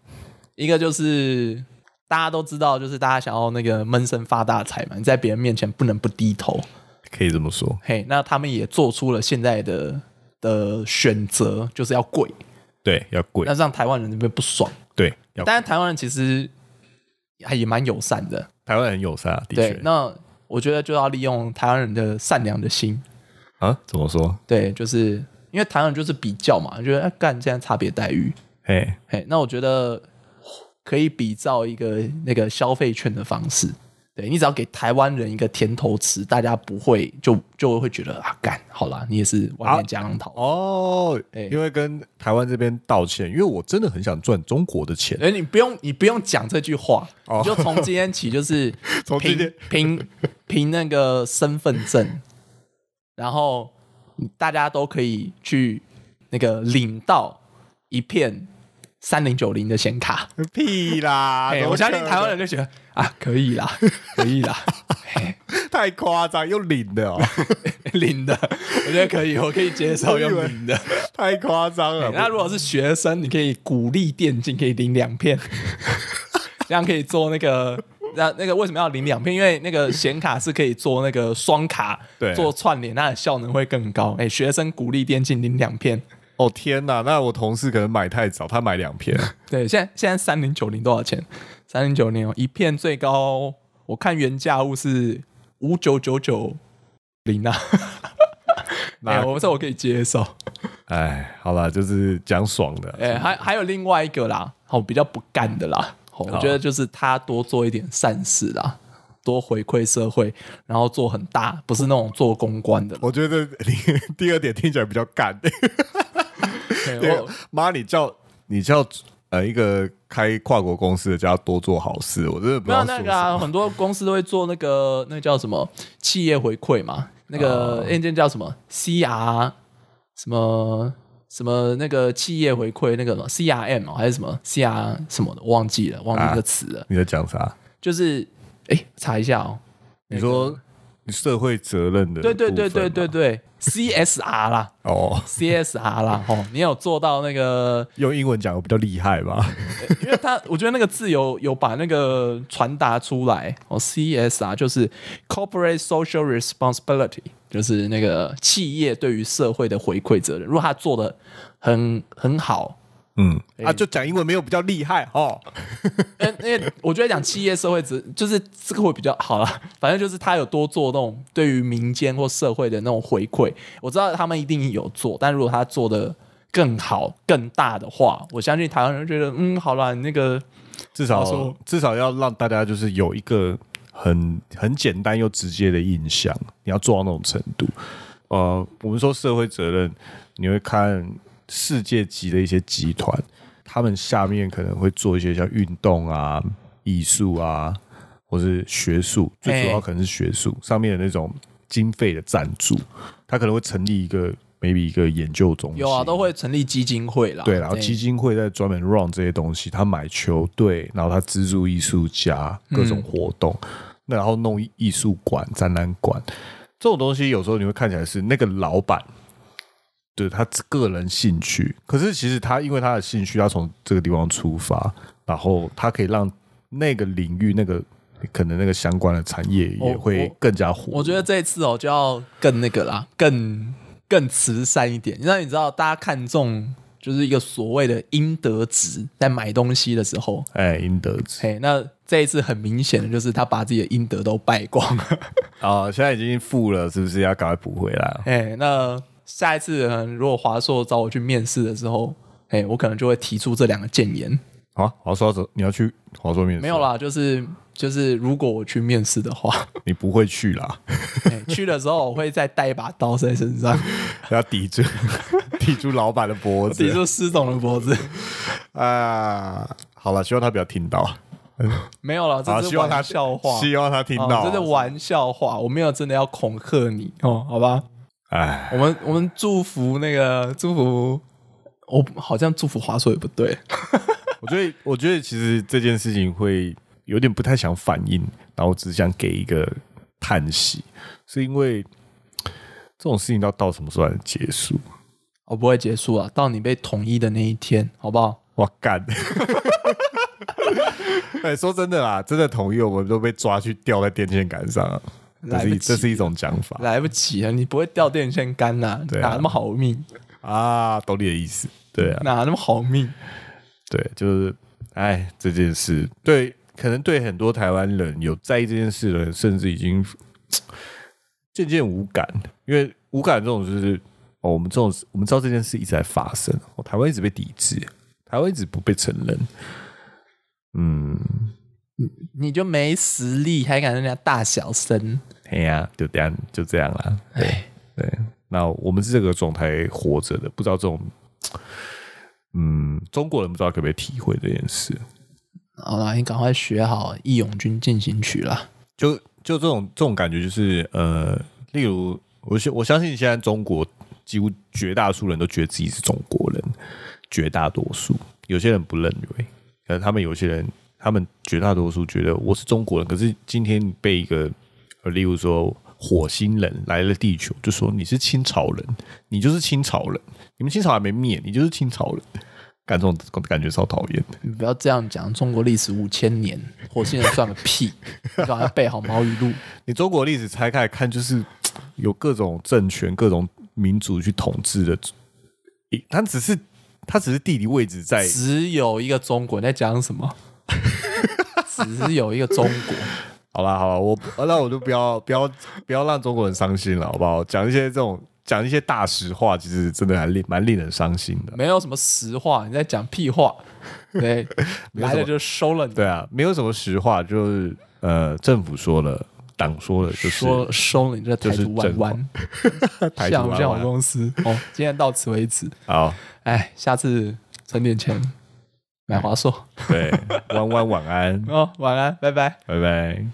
[SPEAKER 2] 一个就是大家都知道，就是大家想要那个闷声发大财嘛，你在别人面前不能不低头。
[SPEAKER 3] 可以这么说，
[SPEAKER 2] 嘿，那他们也做出了现在的的选择，就是要跪，
[SPEAKER 3] 对，要贵
[SPEAKER 2] 那，让台湾人那边不爽。
[SPEAKER 3] 对，要
[SPEAKER 2] 但是台湾人其实还也蛮友善的，
[SPEAKER 3] 台湾人很友善啊，的
[SPEAKER 2] 对
[SPEAKER 3] 确，。
[SPEAKER 2] 那我觉得就要利用台湾人的善良的心，
[SPEAKER 3] 啊，怎么说？
[SPEAKER 2] 对，就是因为台湾人就是比较嘛，觉得哎干、现在差别待遇，
[SPEAKER 3] 嘿，
[SPEAKER 2] 哎，那我觉得可以比照一个那个消费券的方式，对你只要给台湾人一个甜头吃，大家不会就就会觉得啊，干好啦，你也是外
[SPEAKER 3] 啊
[SPEAKER 2] 面加浪淘。
[SPEAKER 3] 哦，
[SPEAKER 2] 哎
[SPEAKER 3] 因为跟台湾这边道歉，因为我真的很想赚中国的钱。
[SPEAKER 2] 哎、你不用，你不用讲这句话，你就从今天起就
[SPEAKER 3] 哦
[SPEAKER 2] 是
[SPEAKER 3] 从今
[SPEAKER 2] 凭
[SPEAKER 3] 天
[SPEAKER 2] 凭凭那个身份证，然后大家都可以去那个领到一片三零九零的显卡。
[SPEAKER 3] 屁 啦！
[SPEAKER 2] 哎、
[SPEAKER 3] 怎么
[SPEAKER 2] 我相信
[SPEAKER 3] 可能
[SPEAKER 2] 台湾人就觉得啊，可以啦，可以啦， 嘿
[SPEAKER 3] 太夸张，又领的 哦，
[SPEAKER 2] 领的，我觉得可以，我可以接受
[SPEAKER 3] 我以为
[SPEAKER 2] 用领的。
[SPEAKER 3] 太夸张了。
[SPEAKER 2] 那如果是学生，你可以鼓励电竞，可以领两片， 这样可以做那个。那那个为什么要领两片？因为那个显卡是可以做那个双卡，
[SPEAKER 3] 对
[SPEAKER 2] 做串联，它的效能会更高。哎、学生鼓励电竞领两片。
[SPEAKER 3] 哦天哪，那我同事可能买太早，他买两 片，
[SPEAKER 2] 对，现在现在三零九零多少钱？三零九零哦，一片最高，我看原价物是五九九九零啊。哎、
[SPEAKER 3] 那
[SPEAKER 2] 我这我可以接受。
[SPEAKER 3] 哎，好啦，就是讲爽的。
[SPEAKER 2] 哎、还还有另外一个啦，好、比较不干的啦，好我觉得就是他多做一点善事啦，多回馈社会，然后做很大，不是那种做公关的啦。
[SPEAKER 3] 我觉得你 第二点听起来比较干。
[SPEAKER 2] 对
[SPEAKER 3] 对
[SPEAKER 2] 我，
[SPEAKER 3] 妈，你叫你叫呃一个开跨国公司的叫他多做好事，我真的不知
[SPEAKER 2] 没有
[SPEAKER 3] 道
[SPEAKER 2] 那
[SPEAKER 3] 说
[SPEAKER 2] 个
[SPEAKER 3] 什
[SPEAKER 2] 啊，
[SPEAKER 3] 么
[SPEAKER 2] 很多公司都会做那个那叫什么企业回馈嘛，那个硬件叫什么 CR 什么什么那个企业回馈那个什么 CRM 哦还是什么 CR 什么的，忘记了，忘记这个词了，
[SPEAKER 3] 你在讲啥？
[SPEAKER 2] 就是哎、查一下哦。
[SPEAKER 3] 你说你社会责任的
[SPEAKER 2] 对对对
[SPEAKER 3] 部分
[SPEAKER 2] 对
[SPEAKER 3] 吗
[SPEAKER 2] 对对，CSR 啦，
[SPEAKER 3] 哦，
[SPEAKER 2] CSR 啦，吼，你有做到那个，
[SPEAKER 3] 用英文讲我比较厉害吧？
[SPEAKER 2] 因为他我觉得那个字有有把那个传达出来哦，CSR 就是 Corporate Social Responsibility，就是那个企业对于社会的回馈责任。如果他做的很很好，
[SPEAKER 3] 嗯，啊，就讲英文没有比较厉害哦。
[SPEAKER 2] 因为因为我觉得讲企业社会责，就是这个会比较好啦。反正就是他有多做那种对于民间或社会的那种回馈，我知道他们一定有做，但如果他做的更好、更大的话，我相信台湾人觉得，嗯，好啦，你那个
[SPEAKER 3] 至
[SPEAKER 2] 他说
[SPEAKER 3] 少至少要让大家就是有一个很很简单又直接的印象，你要做到那种程度。呃，我们说社会责任，你会看世界级的一些集团，他们下面可能会做一些像运动啊、艺术啊，或是学术，最主要可能是学术
[SPEAKER 2] 哎
[SPEAKER 3] 上面的那种经费的赞助，他可能会成立一个 maybe 一个研究中心，
[SPEAKER 2] 有啊，都会成立基金会啦。
[SPEAKER 3] 对，然后基金会在专门 run 这些东西，他买球队，然后他资助艺术家
[SPEAKER 2] 嗯
[SPEAKER 3] 各种活动，那然后弄艺术馆、展览馆这种东西，有时候你会看起来是那个老板。对他个人兴趣，可是其实他因为他的兴趣，他从这个地方出发，然后他可以让那个领域、那个可能那个相关的产业也会
[SPEAKER 2] 哦我
[SPEAKER 3] 更加火。
[SPEAKER 2] 我觉得这一次哦就要更那个啦，更更慈善一点。那你知道，大家看重就是一个所谓的应得值，在买东西的时候，
[SPEAKER 3] 哎，应得之
[SPEAKER 2] 嘿，那这一次很明显的就是他把自己的阴德都败光了。
[SPEAKER 3] 啊，现在已经付了，是不是要赶快补回来啊？
[SPEAKER 2] 哎，那下一次嗯如果华硕找我去面试的时候，哎，我可能就会提出这两个谏言。
[SPEAKER 3] 啊，华硕怎你要去华硕面试？
[SPEAKER 2] 没有啦，就是就是，如果我去面试的话，
[SPEAKER 3] 你不会去 啦，
[SPEAKER 2] 哎去的时候我会再带一把刀在身 上，
[SPEAKER 3] 要抵 住抵住老板的脖
[SPEAKER 2] 抵
[SPEAKER 3] 子
[SPEAKER 2] 住施总的脖子。
[SPEAKER 3] 啊！好了，希望他不要听到，
[SPEAKER 2] 没有了，
[SPEAKER 3] 好，
[SPEAKER 2] 这
[SPEAKER 3] 希
[SPEAKER 2] 是
[SPEAKER 3] 望
[SPEAKER 2] 玩
[SPEAKER 3] 他
[SPEAKER 2] 笑话，
[SPEAKER 3] 希望他听
[SPEAKER 2] 哦
[SPEAKER 3] 到，
[SPEAKER 2] 这是玩笑话，我没有真的要恐吓你哦，好吧？
[SPEAKER 3] 哎，
[SPEAKER 2] 我们我们祝福那个祝福，我好像祝福华硕也不对。
[SPEAKER 3] 我觉得，我觉得其实这件事情会有点不太想反应，然后只想给一个叹息，是因为这种事情要到什么时候才能结束？
[SPEAKER 2] 我不会结束啊，到你被统一的那一天，好不好？
[SPEAKER 3] 我 干！哎，说真的啦，真的同意，我们都被抓去吊在电线杆上啊，这
[SPEAKER 2] 来
[SPEAKER 3] 是
[SPEAKER 2] 不
[SPEAKER 3] 一
[SPEAKER 2] 及
[SPEAKER 3] 这是一种讲法。
[SPEAKER 2] 来不及啊了，你不会掉电线杆呐、
[SPEAKER 3] 啊对啊
[SPEAKER 2] 哪那么好命？
[SPEAKER 3] 啊，懂你的意思。
[SPEAKER 2] 嗯
[SPEAKER 3] 对啊，
[SPEAKER 2] 哪那么好命？
[SPEAKER 3] 对，就是，哎，这件事，对，可能对很多台湾人有在意这件事的人，甚至已经渐渐无感，因为无感这种就是哦，我们这种我们知道这件事一直在发生，哦、台湾一直被抵制，台湾一直不被承认，嗯，
[SPEAKER 2] 你就没实力，还敢在那大小声？
[SPEAKER 3] 哎呀、就这样就这样啦，
[SPEAKER 2] 哎，
[SPEAKER 3] 对，那我们是这个状态活着的，不知道这种，嗯，中国人不知道可不可以体会这件事。
[SPEAKER 2] 好啦，你赶快学好《义勇军进行曲》啦。
[SPEAKER 3] 就就这种这种感觉，就是呃，例如我相我相信现在中国几乎绝大多数人都觉得自己是中国人，绝大多数有些人不认为，可能他们有些人，他们绝大多数觉得我是中国人，可是今天被一个，呃，例如说火星人来了地球，就说你是清朝人，你就是清朝人，你们清朝还没灭，你就是清朝人，感这种感觉超讨厌的。
[SPEAKER 2] 你不要这样讲，中国历史五千年，火星人算个屁！你赶快背好《毛语录》。
[SPEAKER 3] 你中国历史拆开来看，就是有各种政权、各种民族去统治的，诶它只是它只是地理位置在，
[SPEAKER 2] 只有一个中国，你在讲什么？只有一个中国，
[SPEAKER 3] 好啦好啦，我 不那我就不要不要不要让中国人伤心了，好不好？讲一些这种讲一些大实话，其实真的还令蛮令人伤心的。
[SPEAKER 2] 没有什么实话，你在讲屁话。 对，
[SPEAKER 3] 有什么
[SPEAKER 2] 来了就收了你，
[SPEAKER 3] 对啊，没有什么实话，就是呃，政府说了，党说了，就是
[SPEAKER 2] 说收了你这台
[SPEAKER 3] 就是
[SPEAKER 2] 独弯弯，
[SPEAKER 3] 台独
[SPEAKER 2] 像不像
[SPEAKER 3] 弯
[SPEAKER 2] 我
[SPEAKER 3] 弯
[SPEAKER 2] 公司？哦，今天到此为止。
[SPEAKER 3] 好，
[SPEAKER 2] 哎，下次存点钱买华硕。
[SPEAKER 3] 对，弯弯晚安，
[SPEAKER 2] 哦，晚安，拜拜。
[SPEAKER 3] 拜拜。